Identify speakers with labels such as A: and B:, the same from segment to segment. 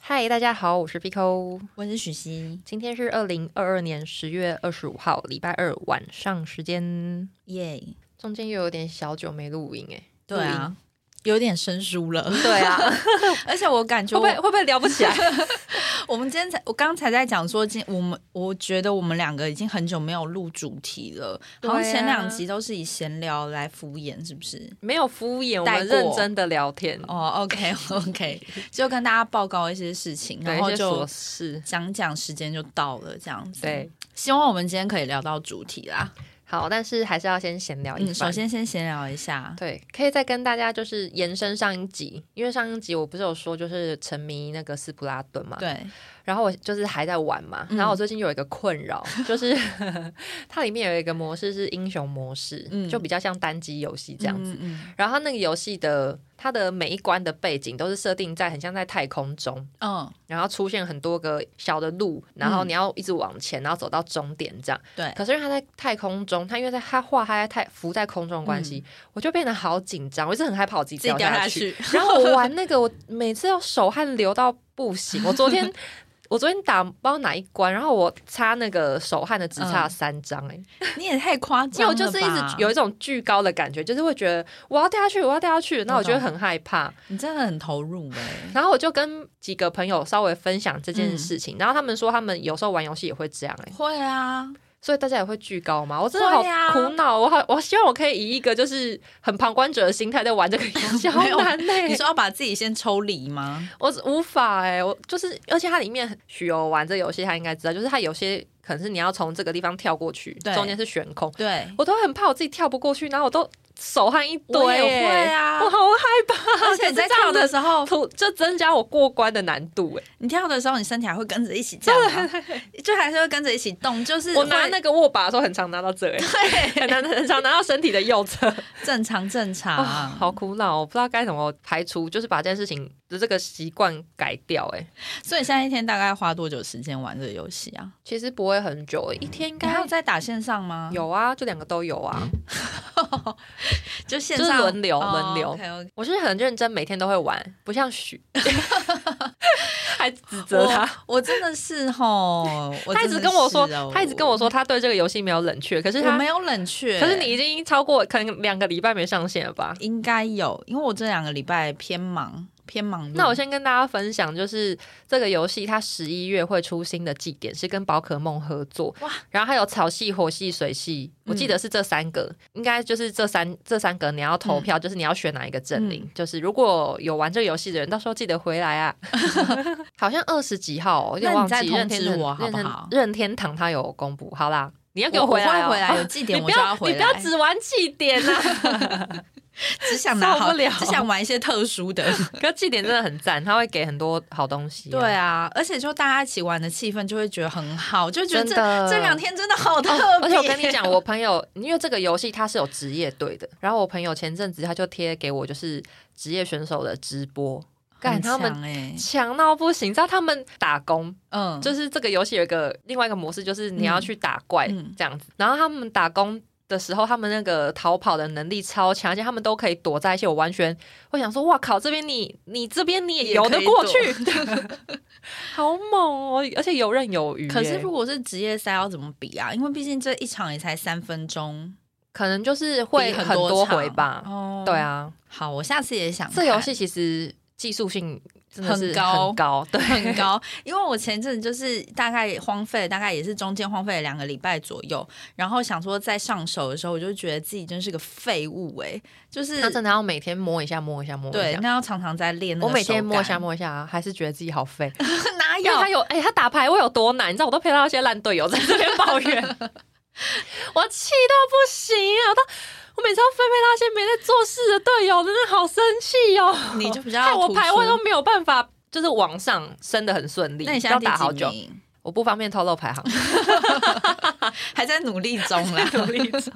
A: 嗨，大家好，我是 Pico，
B: 我是许昕，
A: 今天是二零二二年十月二十五号，礼拜二晚上时间。
B: 耶、
A: 中间又有点小久没录音哎、
B: 对啊，有点生疏了，
A: 对 啊，
B: 而且我感觉
A: 会不会
B: 我
A: 会不会聊不起来？
B: 我们今天才，我刚才在讲说，今我们我觉得我们两个已经很久没有录主题了，
A: 对啊
B: 好像前两集都是以闲聊来敷衍，是不是？
A: 没有敷衍，我
B: 带
A: 们
B: 过
A: 认真的聊天，
B: 哦、o k OK，就 跟大家报告一些事情，
A: 对
B: 然
A: 一
B: 后
A: 些琐
B: 就
A: 事。
B: 讲讲时间就到了，这样子。
A: 对，
B: 希望我们今天可以聊到主题啦。
A: 好，但是还是要先闲聊一番。
B: 嗯，首先先闲聊一下，
A: 对，可以再跟大家就是延伸上一集，因为上一集我不是有说就是沉迷那个斯普拉顿嘛，
B: 对，
A: 然后我就是还在玩嘛，
B: 嗯
A: 然后我最近有一个困扰， 就是它里面有一个模式是英雄模式，
B: 嗯
A: 就比较像单机游戏这样子。
B: 嗯嗯
A: 然后它那个游戏的它的每一关的背景都是设定在很像在太空中，
B: 嗯，
A: 然后出现很多个小的路，然后你要一直往前，然后走到终点这样。
B: 对，
A: 可是因为它在太空中，它因为在它画它在太浮在空中的关系，我就变得好紧张，我一直很害怕我自己
B: 嗯自己
A: 掉
B: 掉
A: 下
B: 下
A: 去。
B: 去，
A: 然后我玩那个，我每次要手汗流到不 行。我昨天我昨天打不知道哪一关，然后我擦那个手汗的只差了三张 哎、欸
B: 你也太夸
A: 因为
B: 张
A: 我
B: 了吧，
A: 就是一直有一种巨高的感觉，就是会觉得我要掉下去，我要掉下
B: 嗯
A: 去，那我就会很害怕。
B: 你真的很投入哎、
A: 然后我就跟几个朋友稍微分享这件事
B: 嗯
A: 情，然后他们说他们有时候玩游戏 也会这样哎、欸
B: 会啊，
A: 所以大家也会巨高吗？我真的好
B: 会啊
A: 苦恼，我好我希望我可以以一个就是很旁观者的心态在玩这个游戏，好
B: 没有
A: 难呢、欸
B: 你说要把自己先抽离 吗？
A: 我无法哎、我就是，而且它里面许攸玩这游戏，他应该知道，就是它有些可能是你要从这个地方跳过去，
B: 对
A: 中间是悬空，
B: 对，
A: 我都很怕我自己跳不过去，然后我都手汗一堆、
B: 我也会
A: 欸，
B: 啊
A: 我，好害怕，
B: 而且你在
A: 可是这
B: 跳
A: 样
B: 的
A: 的。
B: 时候，
A: 突就增加我过关的难度哎、
B: 你跳的时候，你身体还会跟着一起 这样吗，就还是会跟着一起动，就是
A: 我拿
B: 会
A: 那个握把的时候很常拿到这哎、
B: 对，
A: 很难很常拿到身体的右 侧，
B: 正常正常，
A: 啊好苦恼，我不知道该怎么排除，就是把这件事情的这个习惯改掉哎、
B: 所以你现在一天大概花多久时间玩这个游戏啊？
A: 其实不会很久、欸，一天应
B: 你还有
A: 该
B: 在打线上吗？，
A: 有啊，就两个都有啊。
B: 就线
A: 就
B: 上哦
A: 是轮流轮流
B: o k
A: 我是很认真，每天都会玩，不像 许，还指责他。
B: 我我真的是 吼，我
A: 他一直
B: 真的
A: 跟我说
B: 是哦，
A: 他一直跟我说，他对这个游戏没有冷却，可是
B: 我
A: 他
B: 没，有欸冷却，
A: 可是你已经超过可能两个礼拜没上线了吧？
B: 应该有，因为我这两个礼拜偏忙，偏忙碌。
A: 那我先跟大家分享，就是这个游戏它十一月会出新的祭典，是跟宝可梦合作，
B: 哇嗯
A: 然后还有草系、火系、水系，我记得是这三个，应该就是这三这三个你要
B: 嗯
A: 投票，就是你要选哪一个阵营。就是如果有玩这个游戏的人，到时候记得回来 啊。 好像二十几号、哦，有点
B: 那
A: 忘
B: 你
A: 记
B: 再
A: 任
B: 通
A: 天
B: 知
A: 堂
B: 我好不
A: 任
B: 好
A: 任天堂它有公布，好啦，你要给
B: 我
A: 回来、哦，
B: 我会回来有祭典
A: 你不
B: 我就
A: 要
B: 要回
A: 你不要
B: 来
A: 只玩祭典啊。
B: 只想拿
A: 受
B: 好，
A: 不了
B: 只想玩一些特 殊的。
A: 可祭典真的很赞，它会给很多好东西、
B: 对啊，而且就大家一起玩的气氛就会觉得很好，就觉得这
A: 真的哦
B: 这两天真的好特别。
A: 而且我跟你讲，我朋友因为这个游戏它是有职业队的，然后我朋友前阵子他就贴给我就是职业选手的直播，干
B: 很
A: 他
B: 强
A: 们
B: 哎，
A: 强到不行，你知道他们打工
B: 嗯，就
A: 就是这个游戏有一个另外一个模式，就是你要去打怪
B: 嗯
A: 这样子，然后他们打工。的时候，他们那个逃跑的能力超强，而且他们都可以躲在一起。我完全会想说，哇靠，这边你你这边你也
B: 也
A: 游
B: 可
A: 得
B: 以
A: 过去， 好猛哦！而且游刃有余耶。
B: 可是如果是职业赛要怎么比啊？因为毕竟这一场也才三分钟，
A: 可能就是会
B: 比
A: 很
B: 很
A: 多
B: 场
A: 回吧，
B: 哦，
A: 对，啊，
B: 好，我下次也想
A: 这游
B: 看
A: 戏其实技术性真的是
B: 很高
A: 很高，对，
B: 很高，因为我前阵子就是大概荒废，大概也是中间荒废了两个礼拜左右，然后想说在上手的时候，我就觉得自己真是个废物哎、就是
A: 那真的要每天摸一下，摸一下，摸一
B: 对，
A: 下。
B: 那要常常在练那
A: 我
B: 个手
A: 每
B: 感。
A: 天摸一 下摸一下，啊还是觉得自己好废。
B: 哪
A: 因为他
B: 有？
A: 有哎、他打排位有多难，你知道我都陪到一些烂队友在这边抱怨， 我气到不行啊！我都我每次要分配到一些没在做事的队友，真的好生气哦。
B: 你就比较
A: 害 我
B: 突
A: 排位
B: 出
A: 都没有办法，就是往上升的很顺利。
B: 那你现
A: 要
B: 在
A: 打好
B: 第几
A: 久，
B: 名？
A: 我不方便透露排行。
B: 还在努力中 啦，努力中。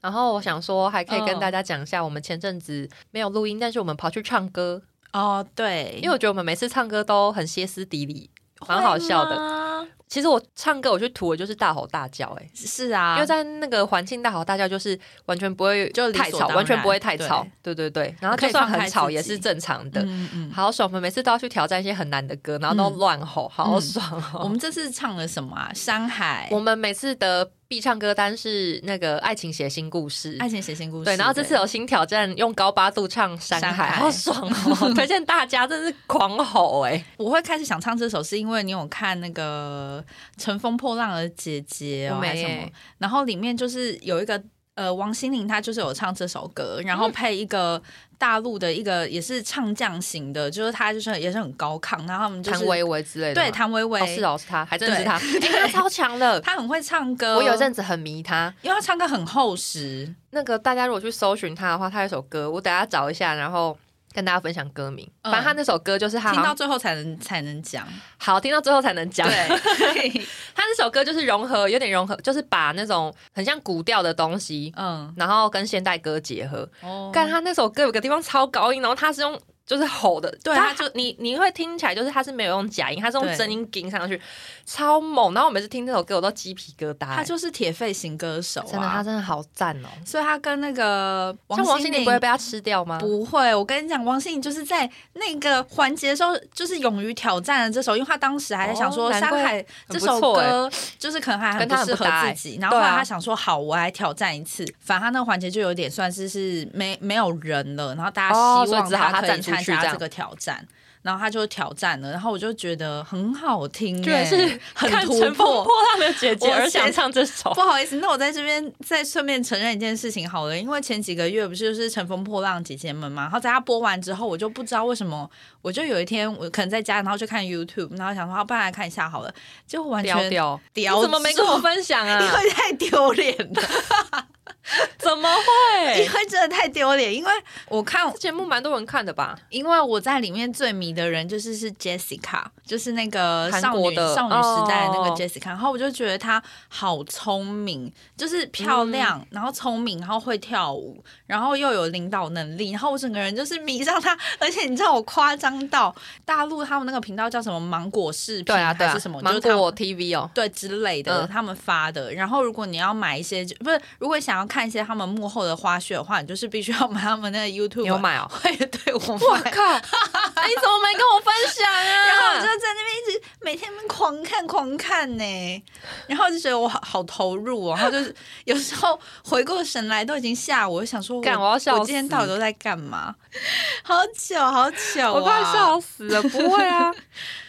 A: 然后我想说，还可以跟
B: 嗯
A: 大家讲一下，我们前阵子没有录音，但是我们跑去唱歌，
B: 哦，对，
A: 因为我觉得我们每次唱歌都很歇斯底里，蛮好笑的。
B: 的。
A: 其实我唱歌我去涂，我就是大吼大叫、欸，哎、
B: 是啊，
A: 因为在那个环境大吼大叫，就是完全不会
B: 就理所
A: 太吵，
B: 当然
A: 完全不会太吵，对对对。然后
B: 可
A: 就
B: 以
A: 算
B: 放开
A: 很吵
B: 自己
A: 也是正常的。
B: 嗯 嗯。
A: 好爽！我们每次都要去挑战一些很难的歌，然后都
B: 嗯
A: 乱吼，好爽哦！
B: 我们这次唱了什么啊？山海，
A: 我们每次的必唱歌单是那个爱情写新故事。
B: 爱情写信故事。
A: 对，然后这次有新挑战，用高八度唱《山
B: 山
A: 海》，
B: 海
A: 好爽 哦！推荐大家，真是狂吼 哎、
B: 我会开始想唱这首，是因为你有看那个《乘风破浪的姐姐》哦，
A: 我没
B: 还是什么
A: 耶？
B: 然后里面就是有一个呃，王心凌她就是有唱这首歌，然
A: 嗯
B: 后配一个大陆的一个也是唱将型的，就是她就是也是很高亢，然后他们就是
A: 谭维维之类的吗，
B: 对谭维维、
A: 哦是哦，是他，还真的是
B: 对
A: 他， 哎，他呃超强的。
B: 她很会唱歌，
A: 我有一阵子很迷他，
B: 因为她唱歌很厚实，
A: 那个大家如果去搜寻他的话，他有一首歌，我等下找一下，然后跟大家分享歌名。
B: 嗯
A: 反正他那首歌就是他
B: 听
A: 好
B: 到
A: 像
B: 最后才能才能讲，
A: 好听到最后才能讲。
B: 对，
A: 他那首歌就是融合，有点融合，就是把那种很像古调的东西，
B: 嗯，
A: 然后跟现代歌结合。
B: 哦
A: 但他那首歌有个地方超高音，然后他是用就是吼的，
B: 对
A: 他
B: 他
A: 就你你会听起来就是他是没有用假音，他是用
B: 对
A: 真音顶上去，超猛。然后我每次听这首歌我都鸡皮疙瘩、欸
B: 他就是铁肺型歌手、啊，
A: 真的他真的好赞哦、
B: 所以他跟那个
A: 像王
B: 心
A: 心
B: 凌
A: 凌不会被他吃掉吗？
B: 不会，我跟你讲，王心凌就是在那个环节的时候，就是勇于挑战了这首，因为她当时还在想说，
A: 哦
B: 《
A: 难
B: 山
A: 怪
B: 海》这首
A: 很不错
B: 歌就是可能还
A: 跟
B: 很
A: 她
B: 不
A: 很
B: 适
A: 不
B: 合
A: 搭欸
B: 自己，然后后
A: 对
B: 来
A: 啊
B: 她想说，好，我来挑战一次。反正她那个环节就有点算是是没没有人了，然后大家
A: 哦
B: 希
A: 所以
B: 望
A: 只好她
B: 可以
A: 站出
B: 参
A: 去这
B: 加
A: 样
B: 这个挑战。然后她就挑战了，然后我就觉得很好听、欸，
A: 居然是
B: 很
A: 看
B: 突
A: 乘风
B: 破
A: 破。浪的姐姐
B: 我
A: 而想
B: 先
A: 唱这首
B: 不，好意思，那我在这边再顺便承认一件事情好了，因为前几个月不是就是《乘风破浪》姐姐们嘛，然后在她播完之后，我就不知道为什么，我就有一天我可能在家，然后就看 YouTube，然后想说，啊不然来看一下好了，结果完全
A: 屌 屌，你
B: 屌
A: 怎么没跟我
B: 住？
A: 分享
B: 因
A: 啊？
B: 为太丢脸了，
A: 怎么
B: 因
A: 会？
B: 为真的太丢脸。因为我看，
A: 这节目蛮多人看的吧？
B: 因为我在里面最迷的人就是是 Jessica，就是那个
A: 韩
B: 少
A: 国
B: 女
A: 的
B: 少女时代的那个
A: 哦
B: Jessica，、然后我就觉得她好聪明，就是漂
A: 嗯
B: 亮，然后聪明，然后会跳舞，然后又有领导能力，然后我整个人就是迷上她。而且你知道我夸张到大陆他们那个频道叫什么芒果视频
A: 对啊，对
B: 还
A: 啊
B: 是什么，，就
A: 芒
B: 是他们
A: 果 TV 哦，
B: 对之类的，
A: 嗯
B: 他们发的。然后如果你要买一些，就不是如果想要看一些他们幕后的花絮的话，你就是必须要买他们那个 YouTube。
A: 你有？买哦？
B: 会， 对我
A: 我
B: 买。
A: 靠！哎你怎么没跟我分享 啊？
B: 然后我就在那边一直每天狂看狂看呢、然后就觉得我好好投入、哦，然后就是有时候回过神来都已经下午，我就想说
A: 干
B: 我
A: 我要笑死
B: 我今天到底都在干嘛？好久好久、啊，
A: 我快笑死 了，不会啊，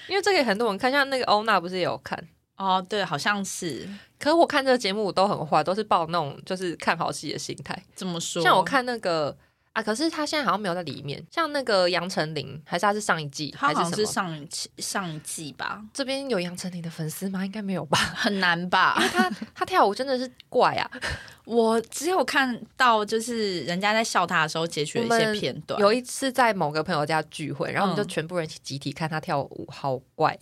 A: 因为这个也很多人看，像那个欧娜不是也有看，
B: 哦，对，好像是
A: 可是我看这个节目我都很坏，都是抱那种就是看好戏的心态。
B: 这么说。
A: 像我看那个啊，可是他现在好像没有在里面，像那个杨丞琳，还是他是上一季
B: 他
A: 还
B: 好像
A: 是什
B: 是
A: 么？
B: 上一期上一季吧，
A: 这边有杨丞琳的粉丝吗？应该没有 吧？
B: 很难吧？
A: 他他跳舞真的是怪啊！
B: 我只有看到就是人家在笑他的时候截取了一
A: 我
B: 些
A: 们
B: 片段，
A: 有一次在某个朋友家聚会，然后我们就
B: 嗯
A: 全部人一起集体看他跳舞，好怪！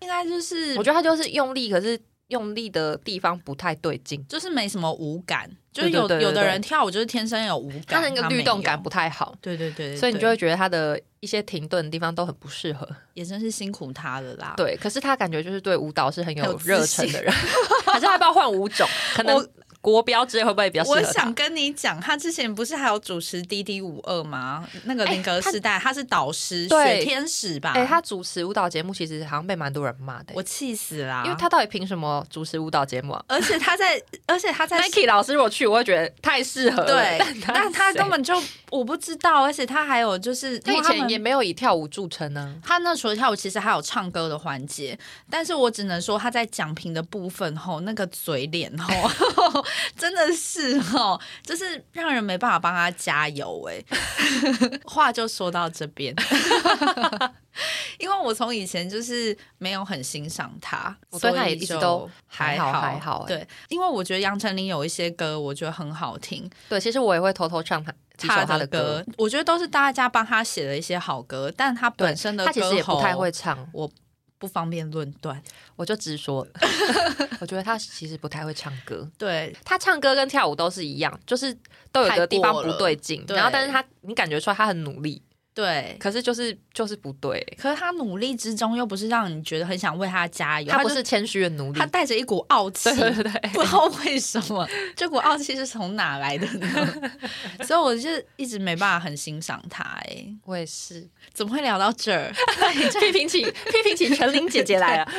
B: 应该就是
A: 我觉得他就是用力，可是用力的地方不太对劲，
B: 就是没什么舞感，就
A: 对
B: 是
A: 对
B: 有
A: 对对
B: 有的
A: 对
B: 人跳舞就是天生有舞
A: 他
B: 感，
A: 那个
B: 啊没
A: 律动
B: 有
A: 感不太好，
B: 对对对对
A: 所以你
B: 对
A: 就会觉得他的一些停顿的地方都很不适合。
B: 也真是辛苦他了啦。，
A: 对，可是他感觉就是对舞蹈是很
B: 很
A: 有
B: 有自
A: 热忱的人， 还是他要不要换舞种？可能
B: 我
A: 国标之类会不会比较适合
B: 我
A: 他？
B: 想跟你讲，他之前不是还有主持《D D 五二》吗？那个林格时代，他是导师，
A: 哎对
B: 雪天使吧？
A: 哎、他主持舞蹈节目其实好像被蛮多人骂的、
B: 啊
A: 欸
B: 我啊气死啦！
A: 因为他到底凭什么主持舞蹈节目啊
B: 而且他 在，而且他在
A: ？Nike 老师如果去，我会觉得太适合了。
B: 对，
A: 但
B: 但他
A: 他
B: 根本就我不知道，而且他还有就是，
A: 他
B: 因
A: 以
B: 为
A: 前
B: 们
A: 也没有以跳舞著称啊呢、
B: 他那除了跳舞，其实还有唱歌的环节，但是我只能说他在讲评的部分吼，那个嘴脸吼， 真的是吼，就是让人没办法帮他加油哎、 话就说到这边， 因为我从以前就是没有很欣赏他，
A: 我对他也
B: 所以
A: 一直
B: 就
A: 都
B: 还
A: 还好
B: 好
A: 还好哎
B: 对，因为我觉得杨丞琳有一些歌我觉得很好听，
A: 对，其实我也会偷偷唱他几首他
B: 的
A: 歌，，
B: 我觉得都是大家帮他写的一些好歌，但他本身的
A: 他其
B: 歌
A: 实也不
B: 喉
A: 太会唱，
B: 不方便论断。
A: 我就直说， 我觉得他其实不太会唱歌。
B: 对，
A: 他唱歌跟跳舞都是一样，就是都有一个地方不对劲，
B: 太过了
A: 然后但是他你感觉出来他很努力，
B: 对。
A: 可是就是就是不对，
B: 可是他努力之中又不是让你觉得很想为他加油，
A: 他不
B: 就是
A: 谦虚的奴隶
B: 他。带着一股傲气，
A: 对对对对，
B: 不知道为什么这股傲气是从哪来的呢？ 所以我就一直没办法很欣赏他、哎，
A: 我也是。
B: 怎么会聊到这儿？
A: 批评 起批评起陈琳姐姐来 了。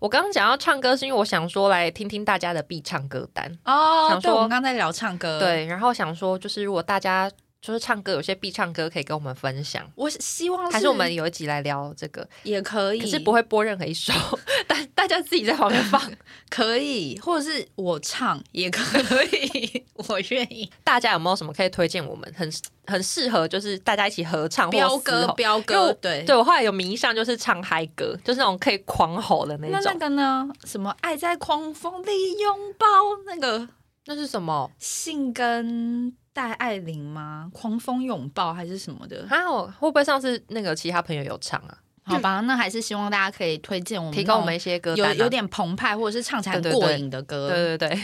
A: 我刚刚讲要唱歌，是因为我想说来听听大家的必唱歌单。
B: 哦
A: 想，
B: 对，
A: 说
B: 我们刚才聊唱歌，，
A: 对，然后想说就是如果大家就是唱歌有些必唱歌可以跟我们分享，
B: 我希望
A: 还是我们有一集来聊这个，
B: 也可以，
A: 可是不会播任何一首， 大大家自己在旁边放，
B: 可以，或者是我唱也可以， 我愿意。
A: 大家有没有什么可以推荐我们很很适合就是大家一起合唱或
B: 彪
A: 嘶
B: 哥，
A: 吼
B: 彪
A: 因为
B: 哥，
A: 我
B: 对。
A: 对我后来有迷上就是唱嗨歌，就是那种可以狂吼的那
B: 那那
A: 种。
B: 个呢？什么爱在狂风里拥抱？那个
A: 那是什么
B: 信跟戴爱玲吗？狂风拥抱还是什么的？
A: 啊？我会不会上次那个其他朋友有唱啊？
B: 好吧，那还是希望大家可以推荐我们
A: 哦提供我们一些
B: 那
A: 歌
B: 种
A: 单啊、
B: 有有点澎湃或者是唱起来很
A: 对对
B: 过
A: 对
B: 瘾的歌，
A: 对对 对，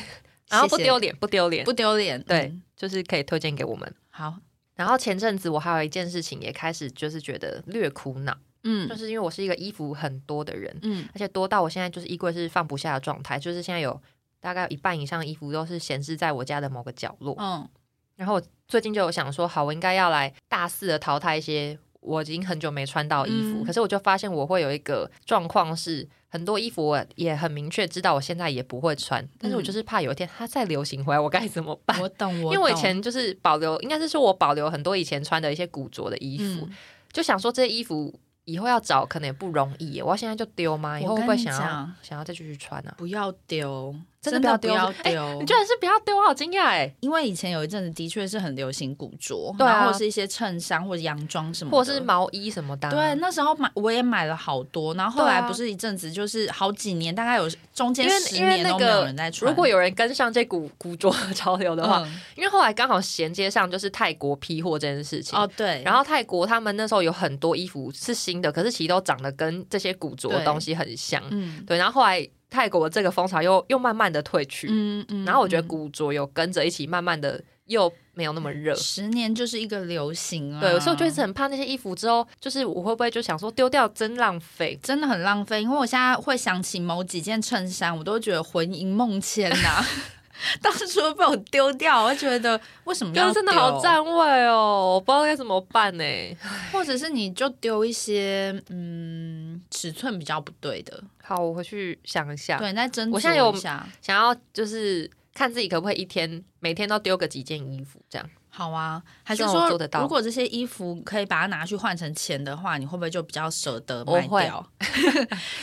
A: 然后不丢脸，不丢脸，
B: 不丢脸。
A: 对
B: 嗯
A: 就是可以推荐给我们。
B: 好，
A: 然后前阵子我还有一件事情也开始就是觉得略苦恼，就
B: 嗯
A: 是因为我是一个衣服很多的人，
B: 嗯，
A: 而且多到我现在就是衣柜是放不下的状态，就是现在有大概有一半以上的衣服都是闲置在我家的某个角落。
B: 嗯，
A: 然后我最近就有想说，好，我应该要来大肆的淘汰一些我已经很久没穿到的衣服。
B: 嗯
A: 可是我就发现我会有一个状况是，很多衣服我也很明确知道我现在也不会穿，但是我就是怕有一天它再流行回来，我该怎么办？
B: 我懂，
A: 因
B: 我
A: 为嗯我以
B: 懂
A: 前就是保留，应该是说我保留很多以前穿的一些古着的衣服，
B: 嗯
A: 就想说这些衣服以后要找可能也不容易耶，我要现在就丢吗？以后
B: 我
A: 会
B: 跟
A: 不会
B: 你
A: 想要
B: 讲
A: 想要再继续穿啊呢、
B: 不要丢，
A: 真
B: 真
A: 的不要
B: 不
A: 丢
B: 要
A: 是不是
B: 丢
A: 你居。然是不要丢，我好惊讶哎！
B: 因为以前有一阵子的确是很流行古着，
A: 对啊
B: 然后或者是一些衬衫或者洋装什么的，
A: 或者是毛衣什么的啊、
B: 对，那时候买我也买了好多，然后后来
A: 对啊
B: 不是一阵子就是好几年，大概有中间
A: 因为
B: 十
A: 因为
B: 年
A: 那
B: 都没有
A: 个
B: 人在穿。
A: 如果有人跟上这股古着的潮流的话，
B: 嗯
A: 因为后来刚好衔接上就是泰国批货这件事情。
B: 哦对，
A: 然后泰国他们那时候有很多衣服是新的，可是其实都长得跟这些古着的
B: 对
A: 东西很像。
B: 嗯
A: 对，然后后来泰国这个风潮又又慢慢的退去，
B: 嗯嗯，
A: 然后我觉得
B: 嗯
A: 古着有跟着一起慢慢的又没有那么热。
B: 十年就是一个流行啊，
A: 对，所以我就一直很怕那些衣服之后，就是我会不会就想说丢掉真浪费？
B: 真的很浪费，因为我现在会想起某几件衬衫，我都会觉得魂萦梦牵呐、 当初被我丢掉，我会觉得为什么
A: 就
B: 要
A: 是真的好
B: 丢
A: 占位哦，我不知道该怎么办欸呢、
B: 或者是你就丢一些嗯尺寸比较不对的，
A: 好，我回去想一下。
B: 对，你再斟
A: 啊我现在有
B: 酌一下。
A: 想要就是看自己可不可以一天每天都丢个几件衣服这样。
B: 好啊，还
A: 希
B: 是
A: 望我
B: 说
A: 做得到
B: 如果这些衣服可以把它拿去换成钱的话，你会不会就比较舍得
A: 我
B: 卖
A: 会
B: 掉？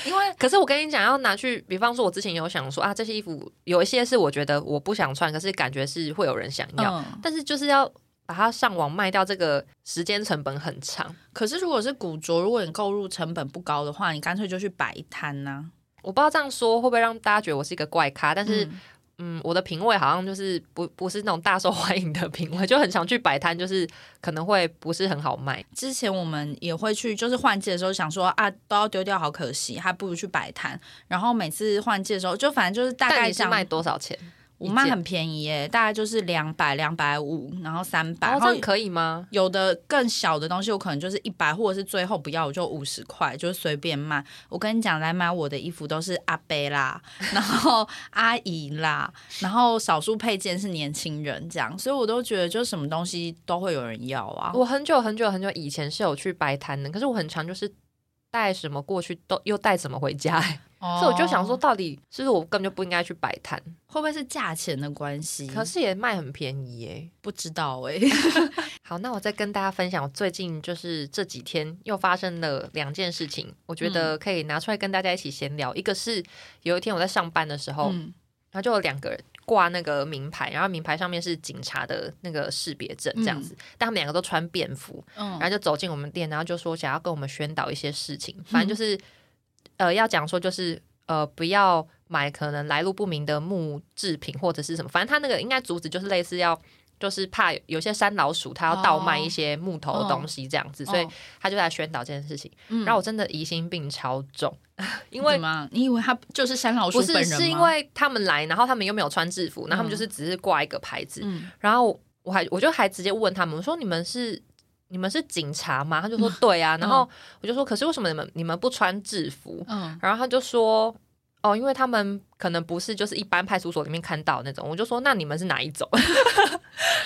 B: 因为
A: 可是我跟你讲，要拿去，比方说，我之前有想说啊，这些衣服有一些是我觉得我不想穿，可是感觉是会有人想要，
B: 嗯，
A: 但是就是要把它上网卖掉，这个时间成本很长。
B: 可是如果是古着，如果你购入成本不高的话，你干脆就去摆摊啊呐。
A: 我不知道这样说会不会让大家觉得我是一个怪咖，但是
B: 嗯
A: 嗯我的品味好像就是不不是那种大受欢迎的品味，就很常去摆摊，就是可能会不是很好卖。
B: 之前我们也会去，就是换季的时候想说啊，都要丢掉，好可惜，还不如去摆摊。然后每次换季的时候，就反正就是大
A: 但
B: 概
A: 你是
B: 讲，
A: 卖多少钱？
B: 我卖
A: 一件
B: 很便宜耶，大概就是两百、两百五，然后三百、
A: 哦
B: 然，
A: 这
B: 后
A: 样可以吗？
B: 有的更小的东西，我可能就是一百，或者是最后不要，我就五十块，就是随便卖。我跟你讲，来买我的衣服都是阿伯啦，然后阿姨啦，然后少数配件是年轻人这样，所以我都觉得就什么东西都会有人要啊。
A: 我很久很久很久以前是有去摆摊的，可是我很常就是带什么过去都又带什么回家、欸所以我就想说，
B: 哦，
A: 到底是不是我根本就不应该去摆摊？
B: 会不会是价钱的关系？
A: 可是也卖很便宜耶、
B: 不知道哎、
A: 好，那我再跟大家分享，我最近就是这几天又发生了两件事情，我觉
B: 嗯
A: 得可以拿出来跟大家一起闲聊。一个是有一天我在上班的时候，
B: 嗯
A: 然后就有两个人挂那个名牌，然后名牌上面是警察的那个识别证这样子，但他们两个都穿便服，然后
B: 嗯，
A: 就走进我们店，然后就说想要跟我们宣导一些事情，
B: 嗯
A: 反正就是、呃要讲说就是呃不要买可能来路不明的木制品或者是什么，反正他那个应该主旨就是类似要。就是怕有些山老鼠，它要倒卖一些木头的东西这样子，所以
B: 哦
A: 他就来宣导这件事情。
B: 嗯
A: 然后我真的疑心病超重，因
B: 怎
A: 为
B: 么样你以为他就是山老鼠
A: 不
B: 本
A: 是
B: 人吗？
A: 是因为他们来，然后他们又没有穿制服，然后他们就是只是挂一个牌子，
B: 嗯
A: 然后我还我就还直接问他们我说：“你们是你们是警察吗？”他就说：“对啊。”然后我就说：“可是为什么你们你们不穿制服？”
B: 嗯，
A: 然后他就说：“哦，因为他们可能不是就是一般派出所里面看到那种。”我就说：“那你们是哪一种？”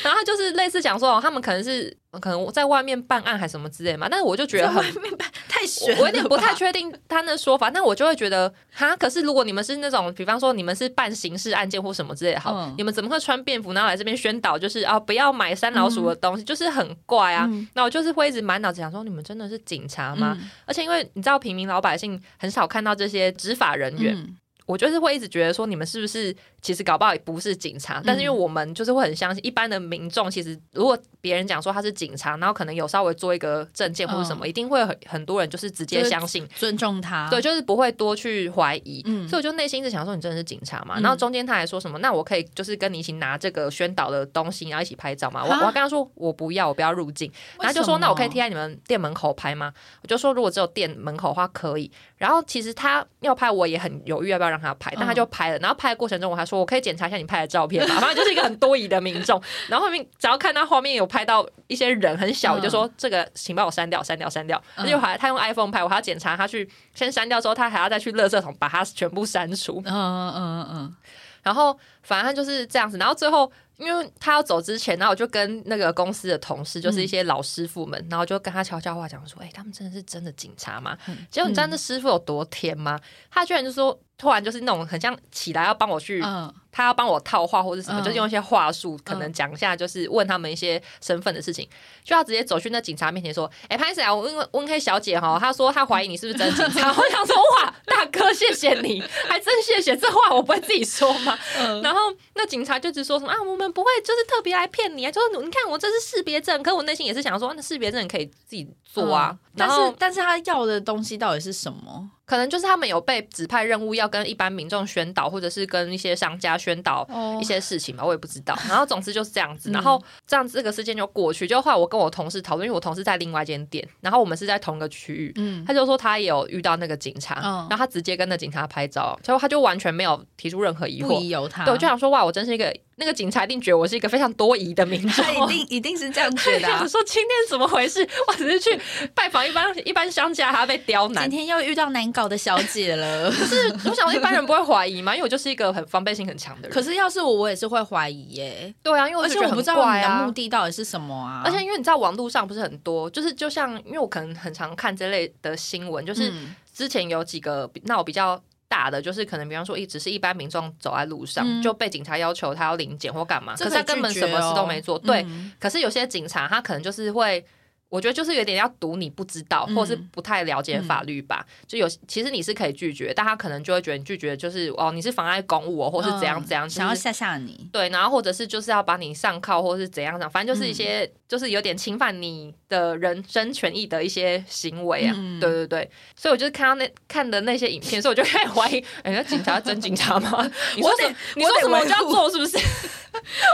A: 然后他就是类似讲说：“哦，他们可能是可能在外面办案还是什么之类嘛。”但是我就觉得很
B: 明白，太
A: 我
B: 悬，
A: 我有点不太。确定他那说法，那 我就会觉得哈。可是如果你们是那种，比方说你们是办刑事案件或什么之类的，好，
B: 嗯
A: 你们怎么会穿便服然后来这边宣导，就是啊不要买三老鼠的东西，就是很怪啊。
B: 嗯
A: 那我就是会一直满脑子想说，你们真的是警察吗？
B: 嗯
A: 而且因为你知道平民老百姓很少看到这些执法人员，
B: 嗯
A: 我就是会一直觉得说，你们是不是其实搞不好也不是警察？但是因为我们就是会很相信一般的民众，其实如果别人讲说他是警察，然后可能有稍微做一个证件或者什么，一定会很很多人就是直接相信，
B: 尊重他，
A: 对，，就是不会多去怀疑。
B: 啊嗯
A: 所以我就内心一直想说，你真的是警察嘛？
B: 嗯
A: 然后中间他还说什么？那我可以就是跟你一起拿这个宣导的东西，然后一起拍照嘛？我
B: 啊
A: 我跟他说我不要，我不要入境。然后就说那我可以贴在你们店门口拍吗？我就说如果只有店门口的话可以。然后其实他要拍我也很犹豫要不要让他拍，
B: 嗯
A: 但他就拍了。然后拍的过程中我还说我可以检查一下你拍的照片 嘛，反正就是一个很多疑的民众。然后后面只要看到后面有拍到一些人很小，
B: 嗯
A: 我就说这个请帮我删掉，删掉，删掉。
B: 嗯
A: 而且我还他用 iPhone 拍，我还要检查他去先删掉之后，他还要再去垃圾桶把它全部删除。
B: 嗯，嗯嗯嗯
A: 然后反正他就是这样子，然后最后因为他要走之前，然后我就跟那个公司的同事，
B: 嗯
A: 就是一些老师傅们，然后就跟他悄悄话讲说，哎、他们真的是真的警察吗？
B: 嗯
A: 结果你知道那师傅有多甜吗？他居然就说，突然就是那种很像起来要帮我去，
B: 嗯嗯，
A: 他要帮我套话或者什么，
B: 嗯
A: 就是用一些话术，可能讲一下，就是问他们一些身份的事情，就要直接走去那警察面前说，哎、潘 Sir，我问温 K 小姐哈，她说她怀疑你是不是真的警察，
B: 嗯
A: 我想说哇，大哥谢谢你，还真谢谢，这话我不会自己说吗？
B: 嗯
A: 然后那警察就只说什么啊，我们不会就是特别来骗你啊，就是你看我这是识别证，可我内心也是想说，那识别证可以自己做啊。
B: 嗯
A: 然
B: 但
A: 后
B: 是但是他要的东西到底是什么？
A: 可能就是他们有被指派任务要跟一般民众宣导，或者是跟一些商家宣导。
B: 哦
A: 一些事情吧，我也不知 道。然后总之就是这样子，
B: 嗯
A: 然后这样子这个事件就过去。就后来我跟我同事讨论，因为我同事在另外一间店，然后我们是在同一个区域，
B: 嗯
A: 他就说他也有遇到那个警察，
B: 嗯
A: 然后他直接跟那警察拍照，结果他就完全没有提出任何疑惑，
B: 不疑有他，
A: 对，我就想说，哇，我真是一个那个警察一定觉得我是一个非常多疑的民众
B: 他。一定一定是这样觉
A: 对
B: 得 啊
A: 想。说今天怎么回事？我只是去拜访一般一般商家，还要被刁难
B: 今。天又遇到难搞的小姐 了，
A: 就是我想说一般人不会怀疑嘛，因为我就是一个很防备心很强的人。
B: 可是要是我，我也是会怀疑耶、
A: 对啊，因为
B: 而
A: 就
B: 且
A: 觉得
B: 我
A: 很
B: 不知道
A: 怪
B: 你
A: 啊
B: 的目的到底是什么啊。
A: 而且因为你知道网络上不是很多，就是就像因为我可能很常看这类的新闻，就是
B: 嗯
A: 之前有几个比那我比较。大的就是可能，比方说，一直是一般民众走在路上、
B: 嗯
A: 就被警察要求他要领检或干嘛，
B: 这
A: 可是
B: 可以
A: 他根本
B: 拒
A: 什
B: 绝
A: 么事都没做。
B: 哦
A: 对，
B: 嗯
A: 可是有些警察他可能就是会，我觉得就是有点要赌你不知道，
B: 嗯
A: 或者是不太了解法律吧。就有其实你是可以拒绝，但他可能就会觉得你拒绝就是哦你是妨碍公务哦，或是怎样
B: 嗯
A: 怎样，就是
B: 想要吓吓你。
A: 对，然后或者是就是要把你上铐，或是怎样的，反正
B: 嗯
A: 就是一些、就是有点侵犯你的人身权益的一些行为啊。
B: 嗯
A: 对对对，所以我就是看到那看的那些影片，所以我就开始怀疑，哎、那警察真警察 吗？你说
B: 我得
A: 什么？你
B: 我
A: 说
B: 得
A: 什么我
B: 维
A: 就要
B: 护
A: 做，是 不是？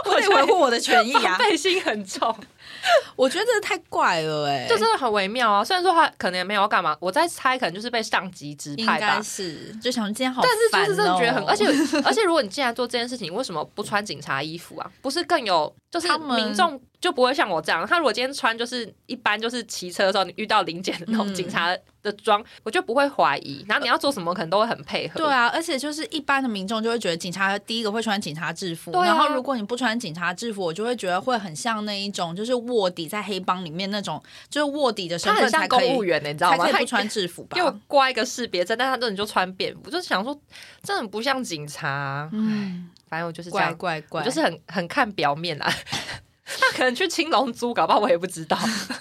B: 我得维护我的权益
A: 防！
B: 啊
A: 备心很重，
B: 我觉得这太怪了哎、
A: 就真的很微妙啊。虽然说他可能也没有要干嘛，我在猜，可能就是被上级指
B: 应
A: 派吧
B: 该。是，就想今天好、烦
A: 但是就是真的觉得很，
B: 哦
A: 而且而且，如果你既然做这件事情，你为什么不穿警察衣服啊？不是更有就是
B: 他们
A: 民众就不会像我这样，他如果今天穿就是一般就是骑车的时候，你遇到临检的那种
B: 嗯
A: 警察的装，我就不会怀疑。然后你要做什么，可能都会很配合。
B: 对啊，而且就是一般的民众就会觉得警察第一个会穿警察制服，
A: 对啊
B: 然后如果你不穿警察制服，我就会觉得会很像那一种就是卧底在黑帮里面那种，就是卧底的身
A: 他很
B: 份
A: 像
B: 才可
A: 公务
B: 以。
A: 员呢、你知道
B: 才
A: 吗？
B: 可以
A: 他
B: 不穿制服吧
A: 给？我挂一个识别证，但他这人就穿便服，就是想说真的很不像警察、啊
B: 嗯，
A: 反正我就是这
B: 怪
A: 样，
B: 怪
A: 我
B: 怪，
A: 就是很很看表面 啦。他可能去青龙租，搞不好我也不知道。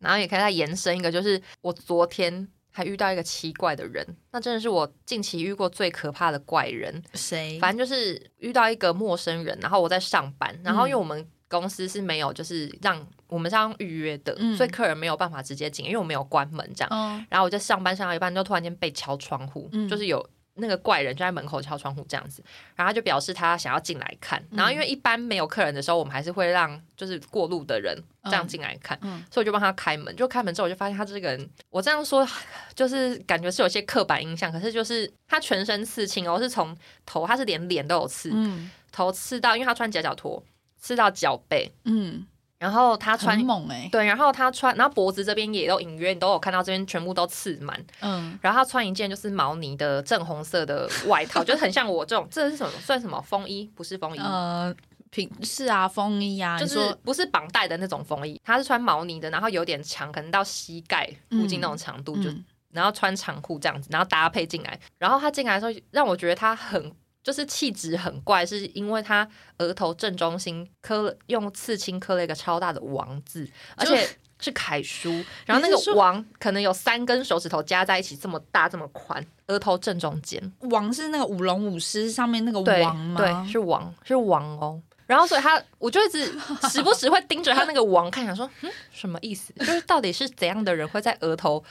A: 然后也可以再延伸一个，就是我昨天还遇到一个奇怪的人，那真的是我近期遇过最可怕的怪人。
B: 谁？
A: 反正就是遇到一个陌生人，然后我在上班，然后因为我们公司是没有就是让我们是要预约的，
B: 嗯
A: 所以客人没有办法直接进，因为我没有关门这样。
B: 嗯
A: 然后我就上班上到一半，就突然间被敲窗户，
B: 嗯
A: 就是有那个怪人就在门口敲窗户这样子，然后他就表示他想要进来看，
B: 嗯
A: 然后因为一般没有客人的时候，我们还是会让就是过路的人这样进来看，
B: 嗯
A: 所以我就帮他开门。就开门之后，我就发现他这个人，我这样说就是感觉是有些刻板印象，可是就是他全身刺青哦，是从头，他是连脸都有刺，
B: 嗯
A: 头刺到，因为他穿夹脚拖，刺到脚背，
B: 嗯，
A: 然后他
B: 很
A: 穿。
B: 猛哎、
A: 对，然后他穿，然后脖子这边也都隐约，你都有看到这边全部都刺满。
B: 嗯，
A: 然后他穿一件就是毛呢的正红色的外套， 就是很像我这种，这是什么？算什么风衣？不是风衣，
B: 呃，平是啊，风衣啊，
A: 就
B: 你
A: 是
B: 说
A: 不是绑带的那种风衣，他是穿毛呢的，然后有点长，可能到膝盖附近那种长度，就
B: 嗯
A: 然后穿长裤这样子，然后搭配进来。然后他进来的时候，让我觉得他很就是气质很怪，是因为他额头正中心刻了用刺青刻了一个超大的王字，而且。是楷书，然后那
B: 你是
A: 个
B: 说
A: 王可能有三根手指头加在一起这么大这么宽，额头正中间。
B: 王是那个舞龙舞狮上面那个
A: 对
B: 王吗？
A: 对，是王，是王哦。然后，所以他，我就一 直时不时会盯着他那个王看，想说，嗯，什么意思？就是到底是怎样的人会在额头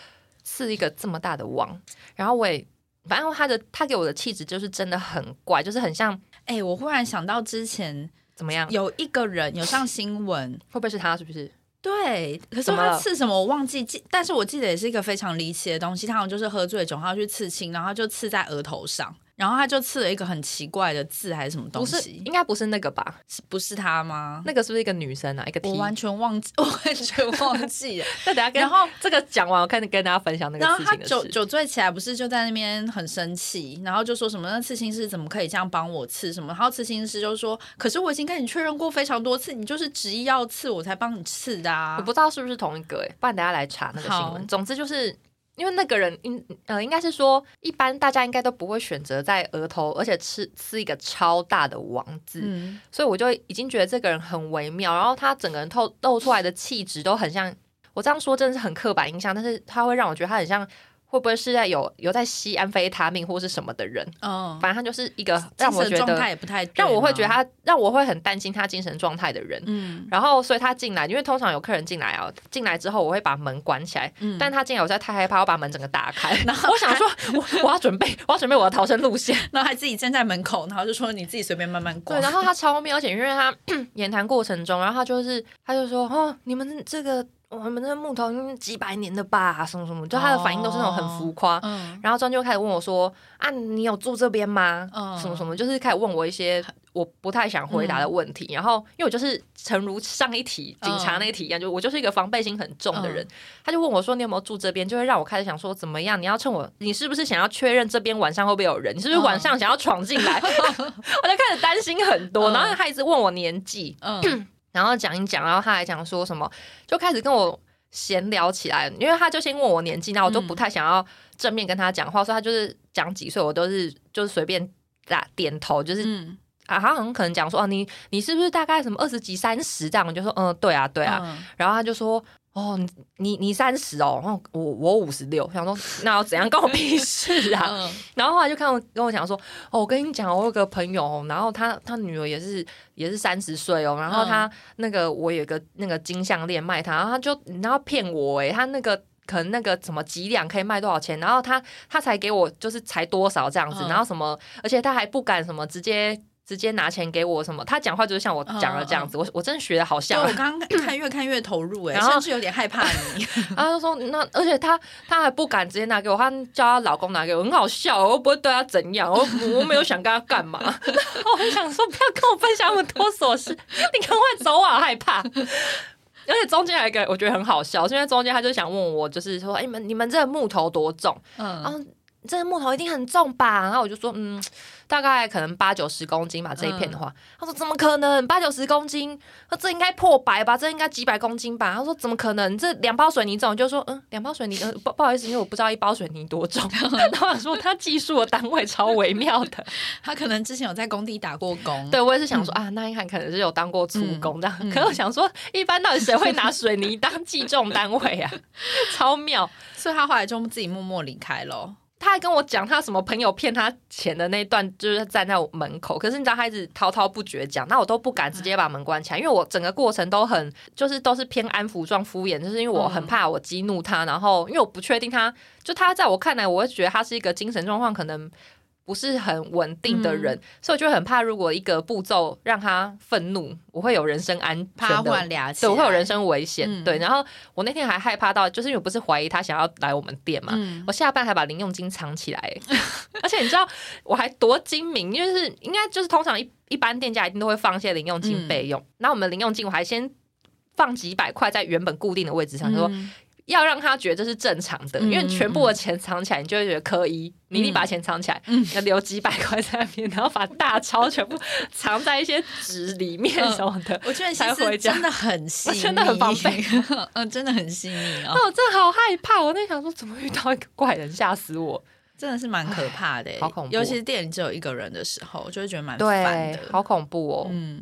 A: 刺一个这么大的王？然后我也，反正他的他给我的气质就是真的很怪，就是很像
B: 哎、我忽然想到之前
A: 怎么样？会
B: 有一个人有上新闻，
A: 不会是他？是不是？
B: 对，可是
A: 怎么了
B: 他刺什么我忘记记，但是我记得也是一个非常离奇的东西，他好像就是喝醉酒，他要去刺青，然后他就刺在额头上，然后他就刺了一个很奇怪的字还是什么东
A: 不是，
B: 西，
A: 应该不是那个吧？
B: 是不是他吗？
A: 那个是不是一个女生啊？一个 T？
B: 我完全忘记，我 完全忘 记了。
A: 那等一下跟，
B: 然后
A: 这个讲完，我看跟大家分享那个
B: 然后
A: 事
B: 他
A: 情的
B: 酒
A: 事。
B: 酒醉起来，不是就在那边很生气，然后就说什么那刺青师怎么可以这样帮我刺什么？然后刺青师就说，可是我已经跟你确认过非常多次，你就是执意要刺我才帮你刺
A: 我
B: 的啊。
A: 不知道是不是同一个哎、欸，不然大家来查那个新
B: 好
A: 闻。总之就是因为那个人，应呃，应该是说，一般大家应该都不会选择在额头，而且吃吃一个超大的王字，
B: 嗯，
A: 所以我就已经觉得这个人很微妙。然后他整个人透露出来的气质都很像，我这样说真的是很刻板印象，但是他会让我觉得他很像。会不会是在有有在吸安非他命或是什么的人？
B: 嗯，
A: 反正他就是一个让
B: 精
A: 我
B: 神
A: 觉
B: 状
A: 得
B: 态也啊不太对吗，
A: 让我会觉得他让我会很担心他精神状态的人。
B: 嗯，
A: 然后，所以他进来，因为通常有客人进来啊，进来之后我会把门关起来，
B: 嗯
A: 但他进来我实在太害怕，我把门整个打开。
B: 然后
A: 我想说，我我要准备，我要准备我的逃生路 线。
B: 然后还自己站在门口，然后就说你自己随便慢慢
A: 对，
B: 逛。
A: 然后他超妙，而且因为他 言谈过程中，然后他就是他就说，哦，你们这个我们这木头嗯几百年的吧，什么什么，就他的反应都是那种很浮夸。
B: 嗯，
A: 然后庄就开始问我说：“啊，你有住这边吗？
B: 嗯
A: 什么什么，就是开始问我一些我不太想回答的问题。然后，因为我就是诚如上一题
B: 嗯
A: 警察那一题一样，就我就是一个防备心很重的人。他就问我说：你有没有住这边？就会让我开始想说怎么样？你要趁我，你是不是想要确认这边晚上会不会有人？你是不是晚上想要闯进来？ 我就开始担心很多。
B: 嗯
A: 然后他一直问我年纪，
B: 嗯，
A: 然后讲一讲，然后他还讲说什么，就开始跟我闲聊起来，因为他就先问我年纪，那我
B: 嗯
A: 就不太想要正面跟他讲话，所以他就是讲几岁，我都是就是随便打点头，就是、
B: 嗯，
A: 啊，他很可能讲说哦，你你是不是大概什么二十几、三十这样？我就说嗯，对啊，对啊，
B: 嗯，
A: 然后他就说。哦，你你你三十哦，然后我我五十六，想说那要怎样关我屁事啊？
B: 嗯
A: 然后后来就看我跟我讲说，哦，我跟你讲，我有个朋友哦，然后他他女儿也是也是三十岁哦，
B: 嗯
A: 然后他、那个我有个那个金项链卖他，然后他就你知道骗我欸诶，他那个。可能那个什么几两可以卖多少钱，然后他他才给我就是才多少这样子，
B: 嗯
A: 然后什么，而且他还不敢什么直接直接拿钱给我什么，他讲话就是像我讲的这
B: 嗯
A: 样子，我我真的学的好
B: 对，
A: 像
B: 我，刚刚 看越看越投入，哎，
A: 然后
B: 甚至有点害怕 你。
A: 然后就说那，而且她她还不敢直接拿给我，她叫她老公拿给我，很好笑，我又不会对她怎样，我我没有想跟她干嘛。然后我就想说，不要跟我分享那么多琐事，你赶快走，我好害怕。而且中间还有一个我觉得很好笑，是因为中间他就想问我，就是说，哎、你们你们这个木头多重？然
B: 嗯，
A: 后这个木头一定很重吧？然后我就说，嗯，大概可能八九十公斤吧，这一
B: 嗯
A: 片的话。他说怎么可能八九十公斤？那这应该破百吧？这应该几百公斤吧？他说怎么可能？这两包水泥重，我就说嗯，两包水泥，呃，不不好意思，因为我不知道一包水泥多重。 然后他说他技术的单位超微妙的，
B: 他可能之前有在工地打过工。
A: 对我也是想说、啊，那一看可能是有当过粗工这样，
B: 嗯嗯嗯
A: 可是我想说，一般到底谁会拿水泥当 计重单位啊？超妙。
B: 所以他后来就自己默默离开了。
A: 他还跟我讲他什么朋友骗他钱的那一段，就是站在我门口。可是你知道他一直滔滔不绝讲，那我都不敢直接把门关起来，因为我整个过程都很就是都是偏安抚状敷衍，就是因为我很怕我激怒他，然后因为我不确定他就他在我看来，我会觉得他是一个精神状况可能。不是很稳定的人，所以我就很怕，如果一个步骤让他愤怒，我会有人身安全
B: 怕
A: 的
B: 换俩起
A: 对，
B: 来，
A: 我会有人身危险。
B: 嗯
A: 对，然后我那天还害怕到，就是因为我不是怀疑他想要来我们店嘛，
B: 嗯
A: 我下班还把零用金藏起来欸，而且你知道我还多精明，因为是
B: 嗯
A: 应该就是通常一一般店家一定都会放一些零用金备用，然后我们零用金我还先。放几百块在原本固定的位置上，啊说
B: 嗯
A: 要让他觉得这是正常的，因为
B: 嗯嗯
A: 全部的钱藏起来，你就会觉得可疑。你一定把钱藏起来，要留几百块在那边，然后把大钞全部藏在一些纸里面
B: 嗯
A: 什么的。
B: 我觉得你其
A: 才
B: 实
A: 回家
B: 真的很细
A: 我
B: 腻，
A: 真的很嗯防备，
B: 嗯，真的很细腻哦，
A: 那我真的好害怕，我在想说怎么遇到一个怪人，吓死我！
B: 真的是蛮可怕的欸，
A: 好恐怖
B: 尤其是店里只有一个人的时候，就会觉得蛮烦的。
A: 好恐怖哦。
B: 嗯，